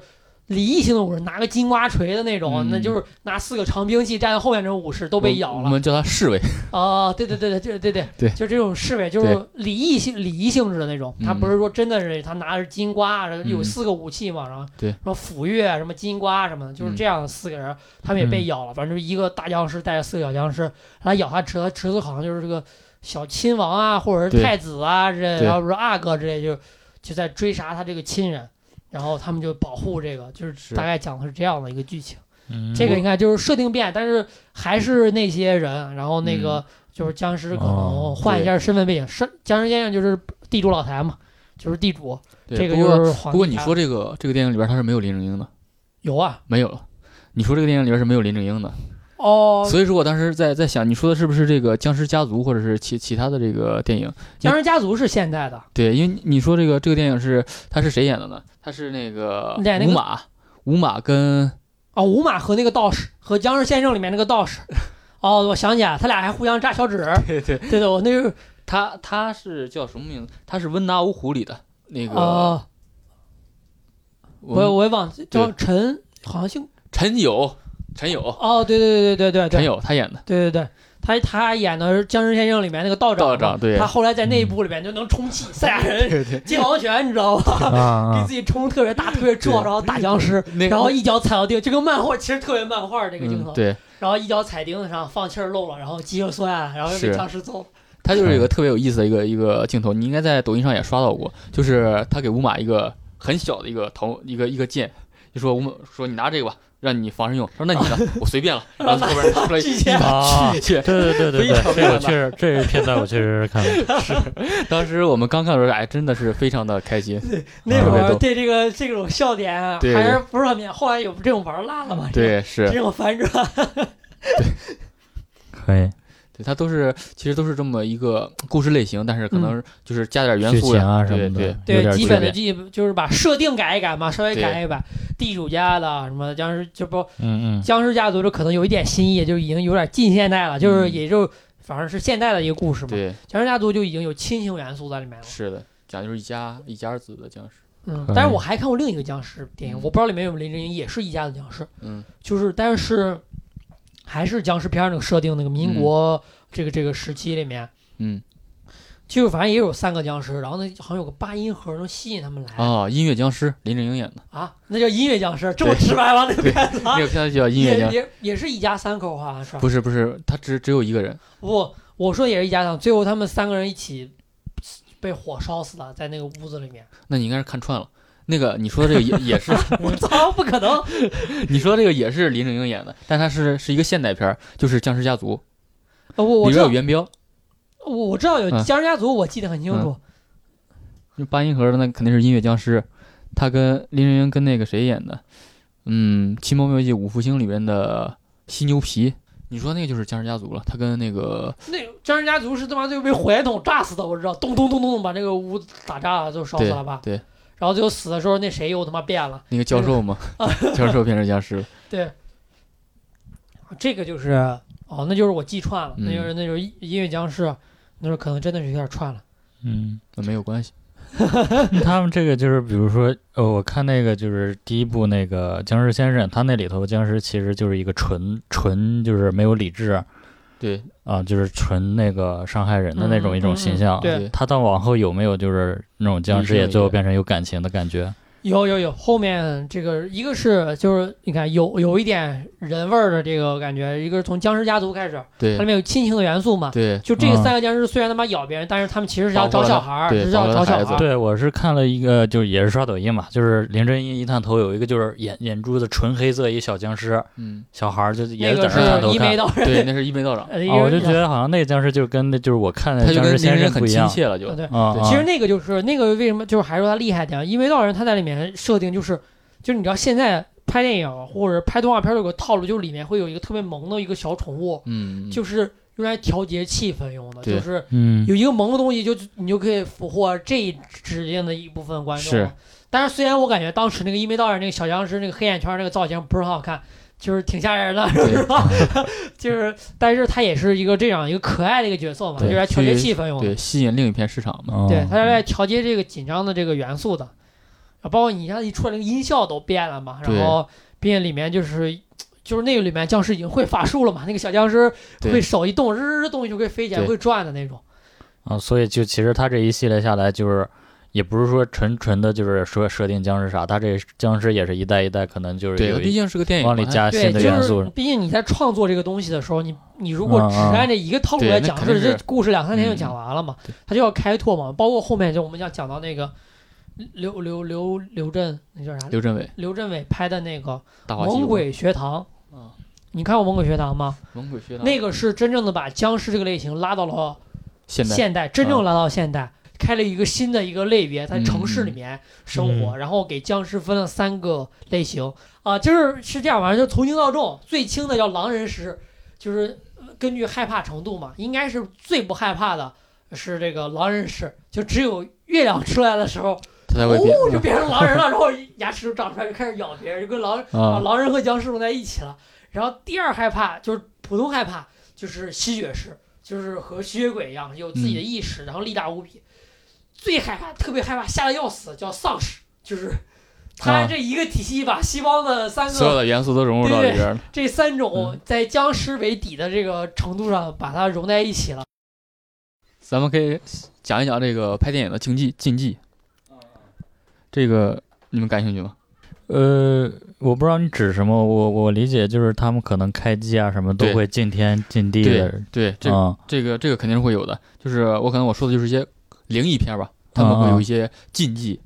A: 礼仪型的武士，拿个金瓜锤的那种，
C: 嗯
A: 那就是拿四个长兵器站在后面那种武士都
C: 都
A: 被咬
C: 我
A: 了
C: 们叫他侍卫。
A: 啊、对对对对对对对，
C: 对
A: 就这种侍卫，就是礼仪性礼仪性质的那种，他
C: 嗯
A: 不是说真的是他拿着金瓜，啊然后有
C: 嗯
A: 四个武器嘛，然后
C: 对
A: 什么斧钺、什么金瓜啊什么的，就是
C: 嗯
A: 这样四个人，他们也被咬了，反正就是一个大僵尸带着四个小僵尸来咬他侄子，侄子好像就是这个小亲王啊，或者是
C: 对
A: 太子啊之类的，
C: 对
A: 然后说阿哥之类，就就在追杀他这个亲人，然后他们就保护这个，就是
C: 是
A: 大概讲的是这样的一个剧情。
B: 嗯
A: 这个应该就是设定变，但是还是那些人，然后那
C: 嗯
A: 个就是僵尸可能
B: 哦
A: 换一下身份背景，是僵尸先生就是地主老财嘛，就是地主，
C: 对
A: 这个
C: 不过
A: 就是皇帝
C: 不过你
A: 家
C: 说这个这个电影里边他是没有林正英的，
A: 有啊，
C: 没有了。你说这个电影里边是没有林正英的，
A: 哦，
C: 所以说我当时在在想，你说的是不是这个僵尸家族，或者是其其他的这个电影？
A: 僵尸家族是现代的，
C: 对，因为你说这个这个电影是他是谁演的呢？他是那个
A: 演那个
C: 五马，五马跟
A: 哦，五马和那个道士和《僵尸先生》里面那个道士。哦，我想起来，他俩还互相扎小指。
C: 对对，
A: 对的，我那是
C: 他他是叫什么名字？他是温拿乌湖里的那个，
A: 哦，
C: 我
A: 我我也忘记叫
C: 对
A: 陈，好像姓
C: 陈友，陈友，
A: 哦，对对对对对对
C: 陈
A: 对
C: 友他演的。
A: 对对对，他他演的是《僵尸先生》里面那个道长嘛，
C: 道长对嗯
A: 他后来在那一部里面就能充气赛亚人、
C: 对对，
A: 金毛拳，你知道吗？给
B: 啊
A: 自己冲特别大、特别壮，
C: 对
A: 然后打僵尸，
C: 那
A: 然后一脚踩到钉，就跟漫画其实特别漫画这个镜头，
C: 嗯，对，
A: 然后一脚踩钉子上，放气儿漏了，然后肌肉酸啊，然后又被
C: 是啊
A: 僵尸揍。
C: 他就是有一个特别有意思的一个一个镜头，你应该在抖音上也刷到过，就是他给五马一个很小的一个头一个一个剑，就说五马说你拿这个吧，让你防身用。他说那你呢？我随便了。然后他后边拿出来
A: 巨
C: 一
A: 剑
B: 啊！
C: 把剑。
B: 对对对对对，这我确实，这片段我确实是看了。
C: 当时我们刚看的时候，哎，真的是非常的开心。
A: 那会
C: 特别
A: 儿
C: 逗
A: 对这个这种笑点啊
C: 对
A: 还是不是很明，后来有这种玩儿辣了嘛？
C: 对，
A: 这
C: 是
A: 种，这种反转，
B: 可以，
C: 对，他都是其实都是这么一个故事类型，但是可能就是加点元
B: 剧
C: 素
B: 情
C: 呀
B: 啊什
C: 对
B: 么
C: 对
B: 的，，有
A: 对
B: 点
A: 基
B: 区
A: 本
B: 别
A: 的基就是把设定改一改嘛，稍微
C: 对
A: 改一改，地主家的什么僵尸就不
B: 嗯嗯，
A: 僵尸家族这可能有一点新意，就已经有点近现代了，就是
C: 嗯
A: 也就反正是现代的一个故事嘛。
C: 对，
A: 僵尸家族就已经有亲情元素在里面了。
C: 是的，讲的就是一家一家子的僵尸。
A: 嗯
B: 可，以
A: 但是我还看过另一个僵尸电影，
C: 嗯
A: 我不知道里面有没有林正英，也是一家子僵尸，
C: 嗯，
A: 就是但是还是僵尸片儿那个设定，那个民国这个这个时期里面，
C: 嗯
A: 就是反正也有三个僵尸，然后呢好像有个八音盒能吸引他们来
C: 啊，音乐僵尸林正英演的，
A: 啊，那叫音乐僵尸，这么
C: 对
A: 直白吗？那个
C: 对
A: 片子啊
C: 那个片子叫音乐
A: 也
C: 僵尸。
A: 也也是一家三口好像是吧
C: 不是不是，他只只有一个人。
A: 不，我说也是一家三，最后他们三个人一起被火烧死了，在那个屋子里面。
C: 那你应该是看串了。那个你说的这个也也是，
A: 我操，不可能！
C: 你说的这个也是林正英演的，但他是是一个现代片儿，就是《僵尸家族
A: 呃我》我
C: 里
A: 知
C: 边
A: 道
C: 有，元彪，
A: 我我知道有
C: 嗯
A: 僵尸家族，我记得很清楚。
B: 嗯
C: 那八音盒的那肯定是音乐僵尸，他跟林正英跟那个谁演的，嗯，《奇猫妙计五福星》里边的犀牛皮，你说那个就是《僵尸家族》了，他跟那个
A: 那僵尸家族是他妈最后被火焰筒炸死的，我知道，咚咚咚咚咚把这个屋子打炸了，就烧死了吧？
C: 对对
A: 然后最后死的时候，那谁又他妈变了？
C: 那个教 授嘛，教授变成僵尸了，
A: 对，这个就是哦，那就是我记串了，那
B: 嗯
A: 就是那就是音乐僵尸，那就是可能真的是有点串了。
B: 嗯，
C: 那没有关系。
B: 他们这个就是，比如说，呃，我看那个就是第一部那个《僵尸先生》，他那里头僵尸其实就是一个纯纯就是没有理智啊、
C: 对
B: 就是纯那个伤害人的那种一种形象。
A: 嗯
B: 啊
A: 对
C: 对
B: 他到往后有没有就是那种僵尸也最后变成有感情的感觉？
A: 有有有，后面这个一个是就是你看有有一点人味儿的这个感觉，一个是从僵尸家族开始，它里
C: 对
A: 面有亲情的元素嘛。
C: 对，
A: 就这个
B: 嗯
A: 三个僵尸虽然他妈咬别人，但是他们其实是要找
C: 保护了
A: 小孩儿，
C: 对
A: 是要
C: 保护
A: 找
C: 了
A: 小
C: 哦
A: 孩
C: 孩子
A: 儿。
B: 对，我是看了一个，就是也是刷抖音嘛，就是林正英一探头有一个就是眼眼珠子纯黑色一小僵尸
C: 嗯，
B: 小孩，儿，就也
A: 那个
B: 在那儿探
A: 是
B: 头
A: 一
B: 看
A: 眉。道
C: 对，
A: 人，
C: 那是一眉道长，
A: 呃
B: 啊，我就觉。得好像那个僵尸就 跟那就是我看的
C: 他就
B: 僵
C: 跟
B: 尸
C: 林正
B: 先
C: 英
B: 生
C: 很
B: 不一
C: 亲
B: 样。
C: 切了 就
A: 啊，对，
B: 啊，
A: 其实那个就是那个为什么就是还说他厉害点，因为道人他在里面设定就是就是你知道现在拍电影或者拍动画片儿有个套路，就是里面会有一个特别萌的一个小宠物，
C: 嗯，
A: 就是用来调节气氛用的，
C: 对
A: 就是
B: 嗯
A: 有一个萌的东西就，你就可以俘获这一指定的一部分观众。
C: 是，
A: 但是虽然我感觉当时那个一眉道人那个小僵尸那个黑眼圈那个造型不是很好看，就是挺吓人的，
C: 对
A: 是吧？就是，但是他也是一个这样一个可爱的一个角色嘛，
C: 对
A: 就是来调节气氛用的
C: 对，。吸引另一片市场 嘛。
B: 哦
A: 对，他是来调节这个紧张的这个元素的。啊，包括你像一出来那个音效都变了嘛，
C: 对
A: 然后并且里面就是。就是那个里面僵尸已经会法术了嘛，那个小僵尸
C: 对
A: 会手一动，日日日东西就会飞起来，
C: 对
A: 会转的那种。
B: 啊，所以就其实他这一系列下来，就是也不是说纯纯的，就是说设定僵尸啥，他这僵尸也是一代一代，可能就是
C: 对，
B: 有
C: 它毕
B: 一
C: 竟是个电影嘛，
B: 往里
C: 它
B: 加
A: 对，
B: 新的
A: 就
B: 元
A: 是
B: 素。
C: 呃
A: 毕竟你在创作这个东西的时候，你你如果
B: 嗯
A: 只
B: 嗯
A: 按这一个套路
C: 对
A: 来
C: 那
A: 讲，
C: 肯
A: 这
C: 定
A: 这
C: 是
A: 故事两三天就讲
C: 嗯
A: 完了嘛
C: 对，
A: 他就要开拓嘛。包括后面就我们讲讲到那个刘刘刘刘震，那叫啥？
C: 刘镇伟、
A: 刘镇伟拍的那个
C: 大
A: 《
C: 话西游
A: 猛鬼学堂》
C: 啊，
A: 你看过《猛鬼学堂》吗？
C: 猛鬼学堂
A: 那个是真正的把僵尸这个类型拉到了
C: 现代啊
A: 现代，真正拉到现代。开了一个新的一个类别，
C: 嗯
A: 在城市里面生活，
B: 嗯
A: 然后给僵尸分了三个类型啊，就是是这样，反正就从轻到重，最轻的叫狼人石，就是呃根据害怕程度嘛，应该是最不害怕的是这个狼人石，就只有月亮出来的时候，
C: 他才会变。嗯
A: 哦，就变成狼人了，然后牙齿就长出来，就开始咬别人，就跟狼啊，
B: 啊
A: 狼人和僵尸融在一起了。然后第二害怕就是普通害怕，就是吸血尸，就是和吸血鬼一样有自
C: 嗯
A: 己的意识，然后力大无比。最害怕，特别害怕，吓得要死，叫丧尸，就是他
B: 啊
A: 这一个体系把西方的三
C: 所有
A: 个、
C: 的嗯元素都融入到里边了。
A: 这三种在僵尸为底的这个程度上把它融在一起了。
C: 咱们可以讲一讲这个拍电影的禁忌禁忌，这个你们感兴趣吗？
B: 呃，我不知道你指什么，我我理解就是他们可能开机啊什么都
C: 对
B: 会敬天敬地的
C: 对，这个、
B: 啊
C: 这个这个肯定是会有的。就是我可能我说的就是一些灵异片吧，他们会有一些禁忌。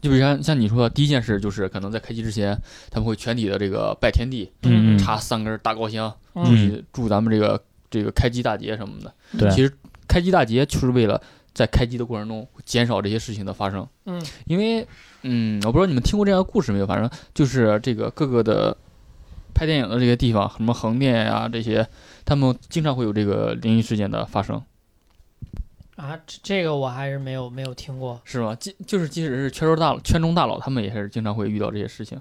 C: 就比如像像你说的第一件事，就是可能在开机之前，他们会全体的这个拜天地，
B: 嗯嗯
C: 插三根大高香，
A: 嗯
C: 去祝咱们这个这个开机大捷什么的。
B: 嗯对
C: 其实开机大捷就是为了在开机的过程中减少这些事情的发生。
A: 嗯，
C: 因为嗯，我不知道你们听过这样的故事没有，反正就是这个各个的拍电影的这些地方，什么横店呀、这些，他们经常会有这个灵异事件的发生，
A: 啊，这这个我还是没有没有听过。
C: 是吗？即就是即使是圈中大佬圈中大佬，他们也是经常会遇到这些事情。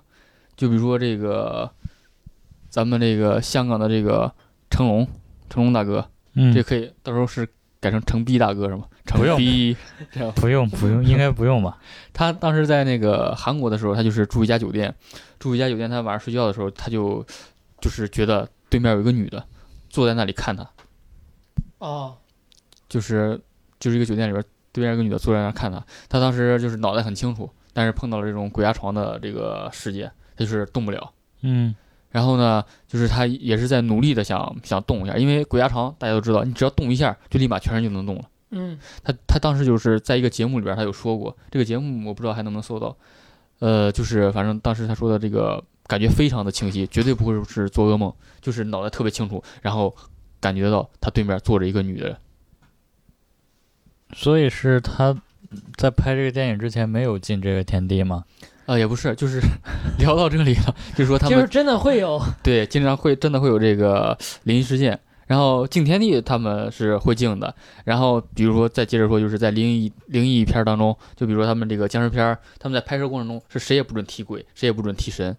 C: 就比如说这个咱们这个香港的这个成龙，成龙大哥，
B: 嗯，
C: 这可以到时候是改成程逼大哥是吗？程
B: 不用
C: 逼，
B: 不用不用，应该不用 吧？
C: 他当时在那个韩国的时候，他就是住一家酒店，住一家酒店，他晚上睡觉的时候，他就就是觉得对面有一个女的坐在那里看他，
A: 哦，
C: 就是就是一个酒店里边对面有一个女的坐在那儿看他，他当时就是脑袋很清楚，但是碰到了这种鬼压床的这个世界，他就是动不了。
B: 嗯
C: 然后呢，就是他也是在努力的想想动一下，因为鬼压床大家都知道，你只要动一下，就立马全身就能动了。
A: 嗯
C: 他他当时就是在一个节目里边，他有说过这个节目，我不知道还能不能搜到。呃，就是反正当时他说的这个感觉非常的清晰，绝对不会是做噩梦，就是脑袋特别清楚，然后感觉到他对面坐着一个女的人。
B: 所以是他在拍这个电影之前没有进这个天地吗？
C: 啊、也不是，就是 聊到这里了，就是说他
A: 就是
C: 们
A: 真的会有
C: 对经常会真的会有这个灵异事件，然后敬天地他们是会敬的，然后比如说再接着说，就是在灵异灵异片儿当中，就比如说他们这个僵尸片儿，他们在拍摄过程中是谁也不准提鬼，谁也不准提神，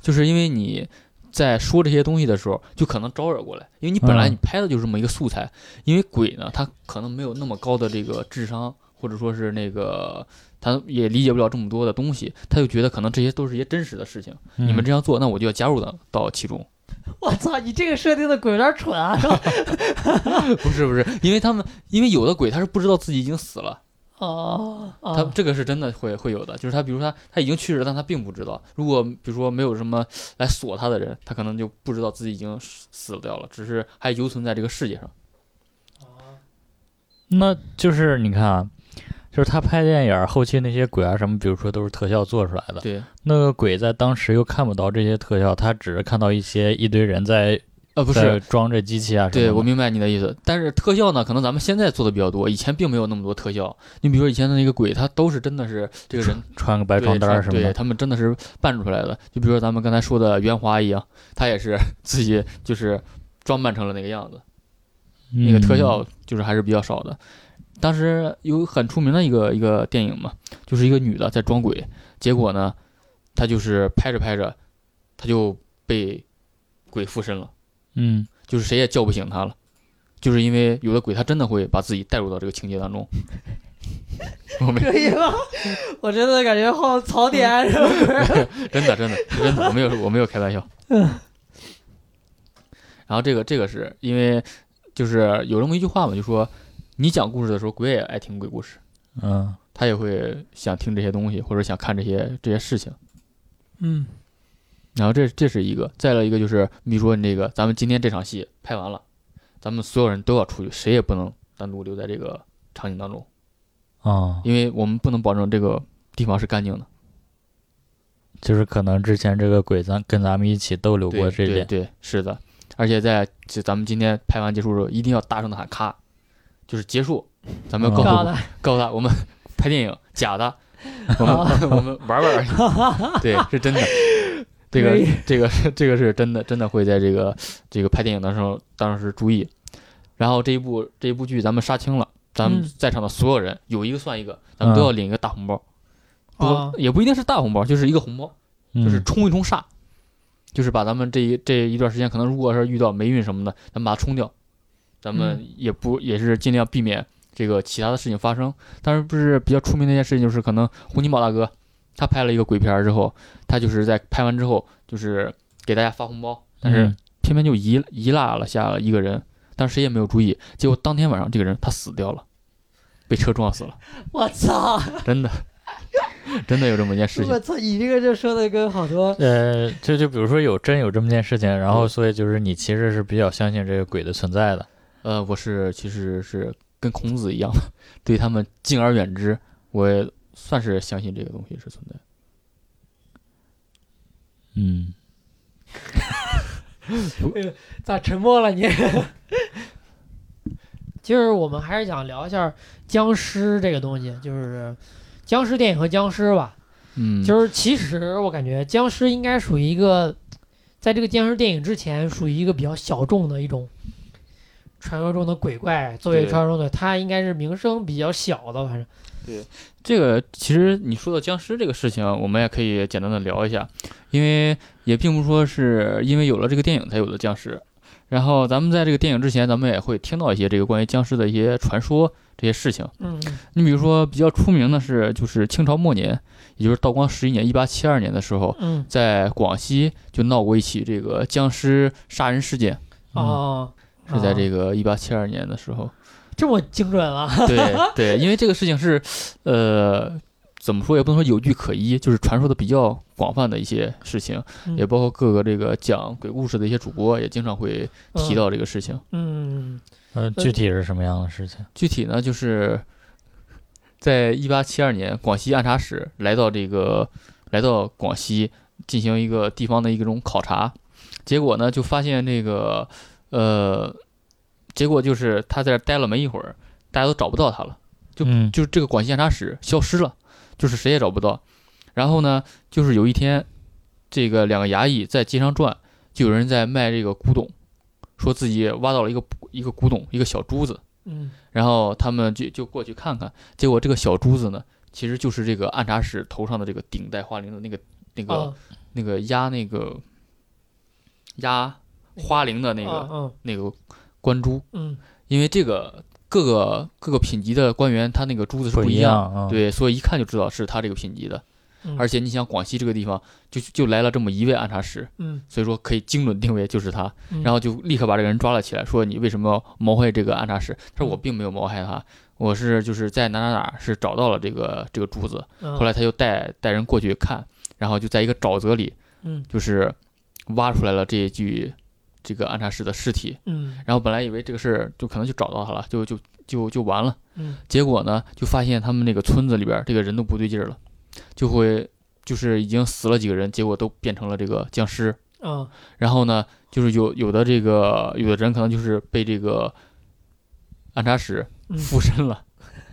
C: 就是因为你在说这些东西的时候，就可能招惹过来，因为你本来
B: 嗯
C: 你拍的就是这么一个素材，因为鬼呢，他可能没有那么高的这个智商，或者说是那个他也理解不了这么多的东西，他就觉得可能这些都是一些真实的事情，你们
B: 这
C: 这样做，那我就要加入到到其 中。
A: 我操，你这个设定的鬼有点蠢啊！是吧
C: 不是不是，因为他们因为有的鬼他是不知道自己已经死了，
A: 哦，哦
C: 他这个是真的会会有的，就是他比如说他他已经去世了，但他并不知道。如果比如说没有什么来锁他的人，他可能就不知道自己已经死死掉了，只是还犹存在这个世界上。
B: 那就是你看啊，就是他拍电影后期那些鬼啊什么，比如说都是特效做出来的，
C: 对，
B: 那个鬼在当时又看不到这些特效，他只是看到一些一堆人在
C: 呃，不
B: 在
C: 是，
B: 装这机器啊什么的。
C: 对我明白你的意思，但是特效呢，可能咱们现在做的比较多，以前并没有那么多特效。你比如说以前的那个鬼，他都是真的是这个人
B: 穿个白
C: 对
B: 床单
C: 他
B: 儿什么
C: 对
B: 的。
C: 他们真的是扮出来的。就比如说咱们刚才说的袁华一样，他也是 自己就是装扮成了那个样子，那
B: 嗯
C: 个特效就是还是比较少的。当时有很出名的一个一个电影嘛，就是一个女的在装鬼，结果呢，她就是拍着拍着，她就被鬼附身了，
B: 嗯，
C: 就是谁也叫不醒她了，就是因为有的鬼他真的会把自己带入到这个情节当中。 我没
A: 可以吗？我真的感觉好槽点，啊是
C: 嗯
A: 吧？
C: 真的，真的，真的，我没有，我没有开玩笑。然后这个，这个是因为就是有这么一句话嘛，就说你讲故事的时候，鬼也爱听鬼故事，
B: 嗯，
C: 他也会想听这些东西，或者想看这些这些事情。
A: 嗯
C: 然后这这是一个，再来一个就是，你比如说你这个，咱们今天这场戏拍完了，咱们所有人都要出去，谁也不能单独留在这个场景当中，
B: 哦，
C: 因为我们不能保证这个地方是干净的。
B: 就是可能之前这个鬼咱跟咱们一起逗留过
C: 对
B: 这一
C: 对
B: 点，
C: 对，是的，而且在就咱们今天拍完结束之后，一定要大声的喊咔，就是结束，咱们要告诉、
A: 告
B: 哦
A: 诉
C: 告诉他我们 拍电影假 的，我们、我们玩玩而已，对，是真的。这
A: 可
C: 个
A: 以
C: 这个是这个是真的，真的会在这个这个拍电影的时候当时注意。然后这一部这一部剧咱们杀青了，咱们
A: 嗯
C: 在场的所有人、有一个算一个，
B: 嗯
C: 咱们都要领一个大红包，不、
B: 哦
A: 他，
C: 也不一定是大红包，就是一个红包，
B: 就
C: 就是冲一冲煞，就是把咱们这一这一段时间可能如果是遇到霉运什么的，咱们把它冲掉，咱们也不、也是尽量避免这个其他的事情发生。当然不是比较出名的一件事情，就是可能洪金宝大哥他拍了一个鬼片儿之后，他就是在拍完之后就是给大家发红包，但是
B: 嗯
C: 偏偏就遗遗落了下了一个人，但是谁也没有注意，结果当天晚上这个人他死掉了，被车撞死了，
A: 我操！
C: 真的。真的有这么一件事情
A: 我，操！你这个就说的跟好多
B: 呃，就就比如说有真有这么件事情，然后
C: 嗯
B: 所以就是你其实是比较相信这个鬼的存在的。
C: 呃，我是其实是跟孔子一样，对他们敬而远之。我也算是相信这个东西是存在的。
B: 嗯，
A: 咋沉默了 你？今儿我们还是想聊一下僵尸这个东西，就是僵尸电影和僵尸吧。
C: 嗯就是
A: 就是其实我感觉僵尸应该属于一个，在这个僵尸电影之前，属于一个比较小众的一种传说中的鬼怪。作为
C: 对
A: 传说中的，它应该是名声比较小的，反正
C: 这个，其实你说到僵尸这个事情，我们也可以简单的聊一下，因为也并不说是因为有了这个电影才有的僵尸。然后咱们在这个电影之前，咱们也会听到一些这个关于僵尸的一些传说这些事情。
A: 嗯，
C: 你比如说比较出名的是，就是清朝末年，也就是道光十一年（一八七二年）的时候，
A: 嗯
C: 在广西就闹过一起这个僵尸杀人事件，
A: 哦，
C: 嗯是在
A: 啊
C: 这个一八七二年的时 候。
A: 这么精准啊？
C: 对对，因为这个事情是，呃，怎么说也不能说有据可依，就是传说的比较广泛的一些事情，
A: 嗯
C: 也包括各个这个讲鬼故事的一些主播也经常会 提到这个事情。
A: 嗯，
B: 呃，具体是什么样的事情？
C: 具体呢，就是在一八七二年广西暗察使来到这个来到广西进行一个地方的一个种考察，结果呢就发现这个呃，结果就是他在这儿待了没一会儿，大家都找不到他了。
B: 嗯
C: 就是这个广西暗察使消失了，就是谁也找不到。然后呢，就是有一天，这个两个衙役在街上转，就有人在卖这个古董，说自己挖到了一个一个古董，一个小珠子。
A: 嗯，
C: 然后他们就就过去看看，结果这个小珠子呢，其实就是这个暗察使头上的这个顶戴花翎的那个那个、
A: 哦
C: 那个压那个压花翎的那个、
A: 哦
C: 那个关珠，
A: 嗯
C: 因为这个各个各个品级的官员他那个珠子是不
B: 一
C: 一样的。
B: 啊。
C: 对，所以一看就知道是他这个品级的。
A: 嗯
C: 而且你想，广西这个地方就就来了这么一位暗察使，
A: 嗯
C: 所以说可以精准定位就是他，
A: 嗯，
C: 然后就立刻把这个人抓了起来，说你为什么要谋害这个暗察使？他说我并没有谋害他，我是就是在哪哪哪儿是找到了这个这个珠子，
A: 后
C: 后来他就带带人过去看，然后就在一个沼泽里，
A: 嗯
C: 就是挖出来了这一具这个暗察使的尸体，
A: 嗯
C: 然后本来以为这个事儿就可能就找到他了，就就就就完了。
A: 嗯
C: 结果呢，就发现他们那个村子里边儿这个人都不对劲儿了，就会就是已经死了几个人，结果都变成了这个僵尸。
A: 啊
C: 然后呢，就是有有的这个有的人可能就是被这个暗杀使
A: 嗯
C: 附身了，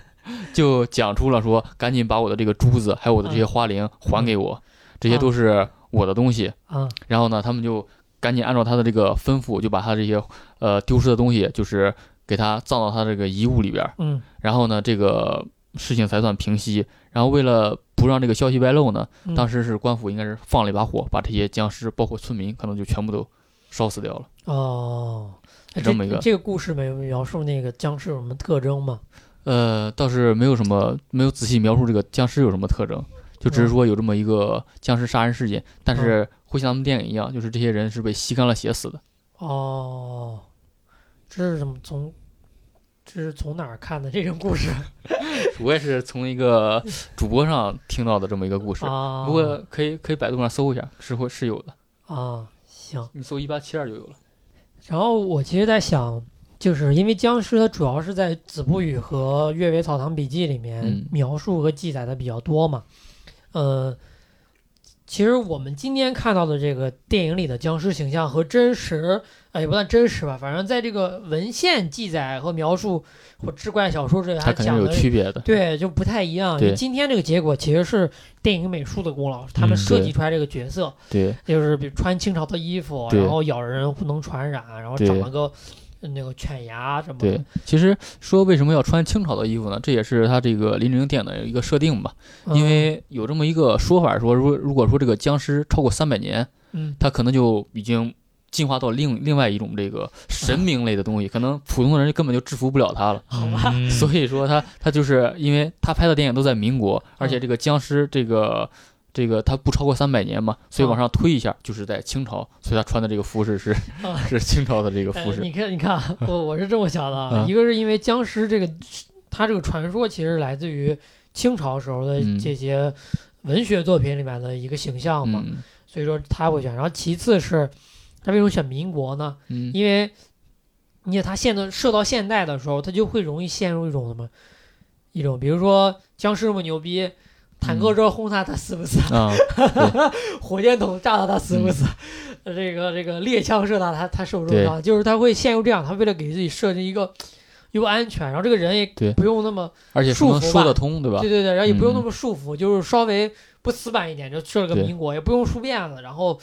C: 就讲出了说赶紧把我的这个珠子还有我的这些花翎还给我，这些都是我的东西。
A: 啊
C: 然后呢，他们就赶紧按照他的这个吩咐，就把他这些呃丢失的东西就是给他葬到他这个遗物里边儿。
A: 嗯
C: 然后呢，这个事情才算平息。然后为了不让这个消息外露呢，
A: 嗯
C: 当时是官府应该是放了一把火，把这些僵尸包括村民可能就全部都烧死掉了。
A: 哦。哎
C: 这么一个
A: 这个故事没有描述那个僵尸有什么特征吗？嗯
C: 呃，倒是没有什么没有仔细描述这个僵尸有什么特征，就
A: 嗯
C: 只是说有这么一个僵尸杀人事件，但是会像咱们电影一样，就是这些人是被吸干了血死的。
A: 哦，这是怎么从这是从哪儿看的这种故事
C: 我也是从一个 主播上听到的这么一个故事，
A: 啊？
C: 不过可以可以百度上搜一下，是会是有的，
A: 啊，行。
C: 你搜一八七二就有了。
A: 然后我其实在想，就是因为僵尸它主要是在《子不语》和《阅微草堂笔记》里面
C: 嗯
A: 描述和记载的比较多嘛，呃，其实我们今天看到的这个电影里的僵尸形象和真实，呃，也不算真实吧，反正在这个文献记载和描述或志怪小说这里，
C: 它
A: 还
C: 肯定
A: 讲
C: 有
A: 的
C: 区别的。
A: 对就不太一样。
C: 对
A: 就今天这个结果其实是电影美术的功劳，他们
B: 嗯
A: 设计
C: 对
A: 出来这个角色，
C: 对
A: 就是比如穿清朝的衣服，
C: 对
A: 然后咬人不能传染，然后
C: 对
A: 长了个呃那个犬牙什么的
C: 对。，其实说为什么要穿清朝的衣服呢？这也是他这个林正英电影的一个设定吧。
A: 嗯
C: 因为有这么一个说法说，如果如果说这个僵尸超过三百年，
A: 嗯，
C: 它可能就已经进化到另另外一种这个 神明类的东西，可能普通的人根本就制服不了它了。
A: 好吧，
B: 嗯
C: 所以说他他就是因为他拍的电影都在民国，而
A: 嗯
C: 且这个僵尸这个这个他不超过三百年嘛，
A: 嗯
C: 所以往上推一下就是在清朝，所以他穿的这个服饰是
A: 啊
C: 是清朝的这个
A: 呃
C: 服饰。
A: 你看，你 看啊，我我是这么想的啊，
C: 嗯
A: 一个是因为僵尸这个，它这个传说其实来自于清朝时候的
C: 嗯
A: 这些文学作品里面的一个形象嘛，
C: 嗯
A: 所以说他会选。然后其次是，他为什么选民国呢？
C: 嗯，
A: 因为，你看他现在射到现代的时候，他就会容易陷入一种什么，一种比如说僵尸那么牛逼。坦
C: 嗯
A: 克车轰他，他死不死？
C: 啊，
A: 火箭筒炸他，他死不死？这个这个猎枪射他，他他受不受
C: 嗯对
A: 伤？就是他会陷入这样，他为了给自己设置一个又安全，然后这个人也
C: 对
A: 不用那么
C: 而且
A: 束
C: 说能
A: 缚
C: 说
A: 吧
C: 得通，对吧
A: 对？对对，然后也不用那
C: 嗯
A: 么束缚，就是稍微不死板一点，就设了个
C: 对
A: 民国，也不用梳辫子，然后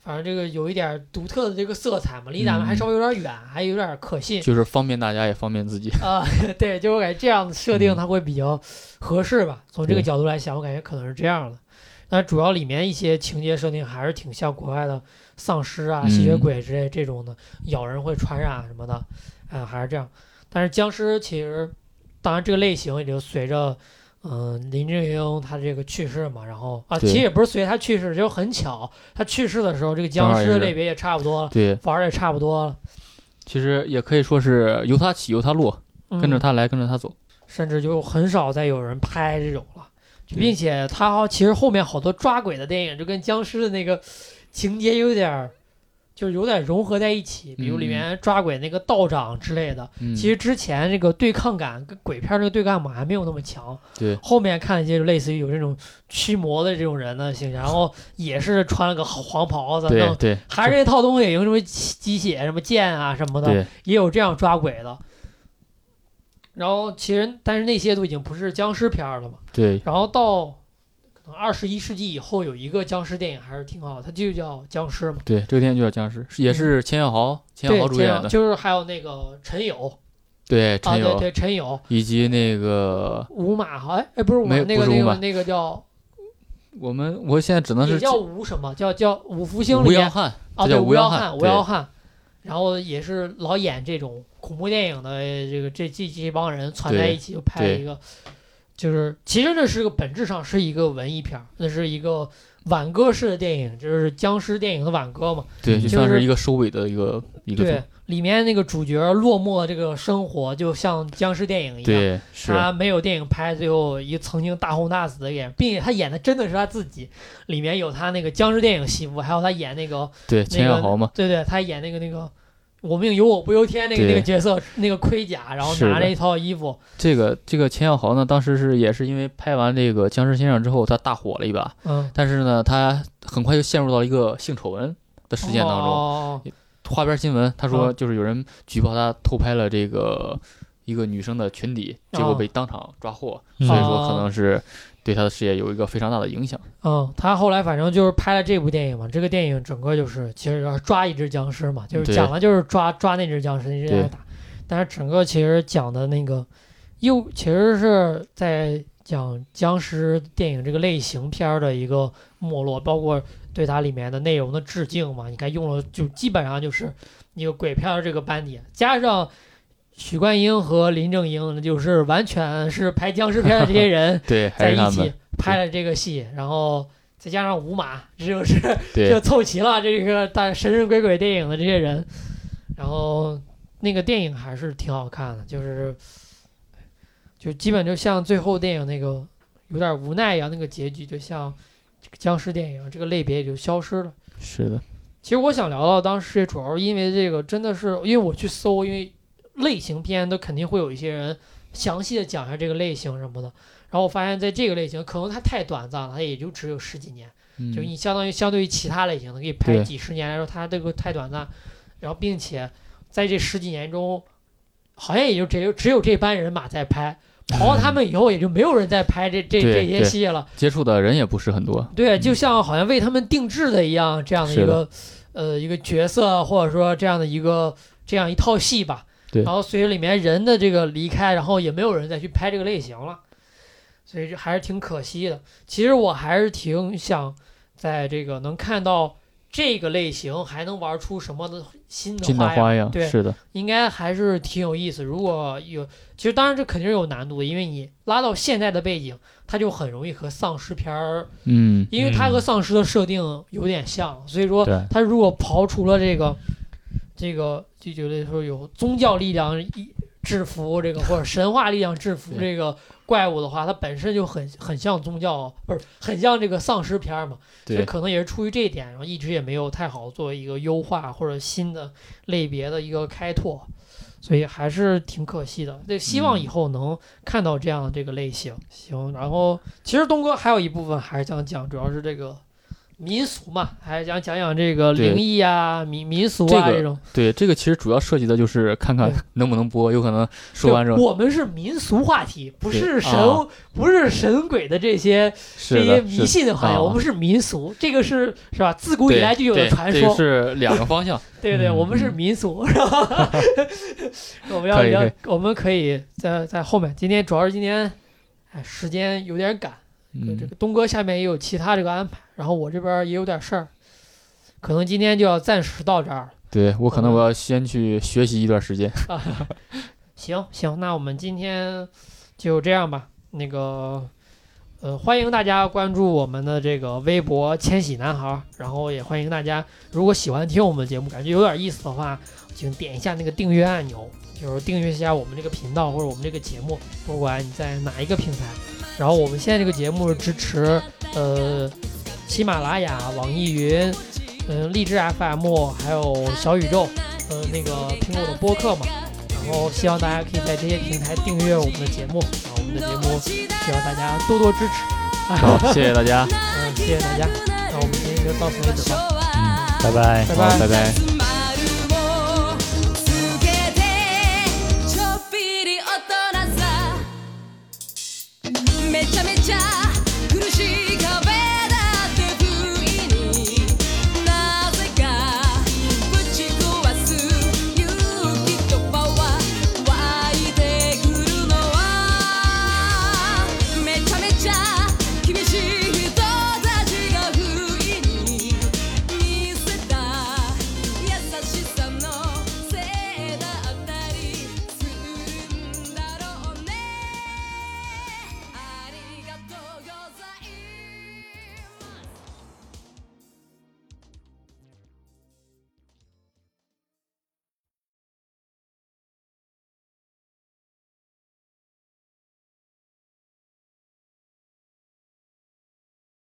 A: 反正这个有一点独特的这个色彩嘛，离咱们还
C: 嗯
A: 稍微有点远，还有点可信
C: 就是方便大家，也方便自己。
A: 啊、对，就是我感觉这样的设定
C: 嗯
A: 它会比较合适吧。从这个
C: 对
A: 角度来想，我感觉可能是这样的。但主要里面一些情节设定还是挺像国外的丧尸啊、吸血
C: 嗯
A: 鬼之类这种的，咬人会传染什么的，嗯、还是这样。但是僵尸其实，当然这个类型也就随着，嗯、林正英他这个去世嘛，然后啊，其
C: 对
A: 实也不是随他去世，就很巧，他去世的时候，这个
C: 正
A: 僵
C: 好也
A: 尸
C: 是
A: 类别也差不多了，
C: 对，
A: 玩儿也差不多了，
C: 其实也可以说是由他起，由他落，
A: 嗯、
C: 跟着他来，跟着他走。
A: 甚至就很少再有人拍这种了，就并且他好其实后面好多抓鬼的电影就跟僵尸的那个情节有点儿，就是有点融合在一起，比如里面抓鬼那个道长之类的。
C: 嗯，
A: 其实之前这个对抗感跟鬼片儿这个对抗感还没有那么强，
C: 对，
A: 后面看了一些就类似于有这种驱魔的这种人的形象，然后也是穿了个黄袍子，
C: 对
A: 弄
C: 对
A: 还是那套东西，有什么鸡血、什么剑啊什么的，
C: 对，
A: 也有这样抓鬼的。然后其实，但是那些都已经不是僵尸片儿了嘛。
C: 对，
A: 然后到可能二十一世纪以后，有一个僵尸电影还是挺好的，它就叫僵尸嘛。
C: 对，这个电影就叫《僵尸》，是也是钱小豪、钱
A: 嗯
C: 小
A: 对，
C: 豪主演的，
A: 就是还有那个陈友
C: 对，
A: 啊，
C: 陈
A: 对
C: 友
A: 对，陈友、
C: 以及那个
A: 吴马好哎哎不是吴马，
C: 没
A: 那
C: 不
A: 个
C: 是
A: 那
C: 吴
A: 个
C: 马
A: 那个叫
C: 我们，我现在只能
A: 也
C: 是
A: 叫吴什么叫叫吴福星里
C: 吴
A: 面
C: 耀汉，
A: 啊，
C: 这
A: 对，
C: 叫
A: 吴
C: 吴
A: 耀
C: 耀
A: 汉，
C: 汉
A: 吴耀汉，然后也是老演这种恐怖电影的这个这这这帮人攒在
C: 对
A: 一起，就拍了
C: 对
A: 一个，就是其实这是个本质上是一个文艺片儿，那是一个挽歌式的电影，就是僵尸电影的挽歌嘛。
C: 对，
A: 就
C: 就算
A: 是
C: 是一个收尾的一个一个
A: 对
C: 作，
A: 里面那个主角落寞这个生活，就像僵尸电影一样。
C: 对是，
A: 他没有电影拍，最后一个曾经大红大紫的演员，并且他演的真的是他自己，里面有他那个僵尸电影戏服，还有他演那个
C: 对钱小豪嘛，
A: 对对，他演那个那个“我命由我不由天”那个
C: 对
A: 那个角色，那个盔甲，然后
C: 是的
A: 拿着一套衣服，
C: 这个这个钱小豪呢，当时是也是因为拍完这个《僵尸先生》之后，他大火了一把，
A: 嗯，
C: 但是呢，他很快就陷入到一个性丑闻的事件当中，
A: 哦
C: 花边新闻，他说
A: 嗯
C: 就是有人举报他偷拍了这个一个女生的裙底，结果
A: 哦
C: 被当场抓获，
B: 嗯
C: 所以说可
A: 哦
C: 能是对他的事业有一个非常大的影响。
A: 嗯，他后来反正就是拍了这部电影嘛，这个电影整个就是其实要抓一只僵尸嘛，就是
C: 对
A: 讲的就是抓抓那只僵尸，那只僵尸
C: 对
A: 打，但是整个其实讲的那个又其实是在讲僵尸电影这个类型片儿的一个没落，包括对它里面的内容的致敬嘛，你看用了就基本上就是一个鬼片儿这个班底，加上。许冠英和林正英就是完全是拍僵尸片的这些人，
C: 对，
A: 在
C: 还是
A: 一
C: 他
A: 起
C: 们，
A: 拍了这个戏，然后再加上五马，这就是 就
C: 对
A: 凑齐了这个大神神鬼鬼电影的这些人。然后那个电影还是挺好看的，就是就基本就像最后电影那个有点无奈一样，那个结局就像这个僵尸电影这个类别也就消失了。
C: 是的，
A: 其实我想聊到当时也主要是因为这个，真的是因为我去搜，因为类型片都肯定会有一些人详细的讲一下这个类型什么的。然后我发现，在这个类型，可能它太短暂了，它也就只有十几年。
B: 嗯
A: 就你相当于相对于其他类型的，可以拍
C: 对
A: 几十年来说，它这个太短暂，然后并且在这十几年中，好像也就只有只有这班人马在拍，刨了他们以后，也就没有人在拍这这这
C: 嗯对
A: 些
C: 对
A: 戏了。
C: 接触的人也不是很多。
A: 对，就像好像为他们定制的一样，这样的一
C: 嗯是的
A: 个呃一个角色，或者说这样的一个这样一套戏吧。
C: 对
A: 然后随着里面人的这个离开，然后也没有人再去拍这个类型了，所以这还是挺可惜的。其实我还是挺想在这个能看到这个类型还能玩出什么的新的
C: 新的
A: 花样，
C: 花样，
A: 对
C: 是的，
A: 应该还是挺有意思。如果有，其实当然这肯定是有难度的，因为你拉到现在的背景，它就很容易和丧尸片儿
C: 嗯，
A: 因为它
B: 嗯
A: 和丧尸的设定有点像，所以说
B: 对
A: 它如果刨除了这个这个就觉得说有宗教力量一制服这个或者神话力量制服
C: 对
A: 这个怪物的话，它本身就很很像宗教，不是很像这个丧尸片儿嘛，所以
C: 对
A: 可能也是出于这一点，然后一直也没有太好作为一个优化或者新的类别的一个开拓。所以还是挺可惜的，对，希望以后能看到这样的这个类型。行，然后其实东哥还有一部分还是想讲，主要是这个民俗嘛，还是想讲讲这个
C: 对
A: 灵异啊、民民俗
C: 这
A: 啊
C: 个
A: 这种。
C: 对，这个其实主要涉及的就是看看
A: 对
C: 能不能播，有可能说完之
A: 就
C: 后，
A: 我们是民俗话题，不
C: 对
A: 是神，
C: 啊
A: 不是神鬼的这些这
C: 是
A: 些
C: 的，
A: 迷
C: 是
A: 信的话题，
C: 啊
A: 我们是民俗，这个是是吧？自古以
C: 对
A: 来就有的
C: 对
A: 传
C: 这
A: 说
C: 个，是两个方向，
A: 对对，
B: 嗯
A: 我们是民俗，是吧？ 我们要
C: 可以
A: 聊
C: 可以，
A: 我们可以在在后面。今天主要是今天，哎，时间有点赶。
B: 嗯
A: 这个东哥下面也有其他这个安排，然后我这边也有点事儿，可能今天就要暂时到这儿了。
C: 对我可能我要先去学习一段时间，
A: 行行，那我们今天就这样吧。那个，呃，欢迎大家关注我们的这个微博“千禧男孩”，然后也欢迎大家，如果喜欢听我们的节目，感觉有点意思的话，请点一下那个订阅按钮，就是订阅一下我们这个频道或者我们这个节目，不管你在哪一个平台。然后我们现在这个节目是支持呃喜马拉雅、网易云、嗯、荔枝 FM，还有小宇宙，呃那个苹果的播客嘛。然后希望大家可以在这些平台订阅我们的节目，然后我们的节目需要大家多多支持。
C: 好，谢谢大家，
A: 嗯，谢谢大家，那我们今天就到此为止吧，
B: 嗯，拜拜。
A: 拜
C: 好，拜拜。
D: 「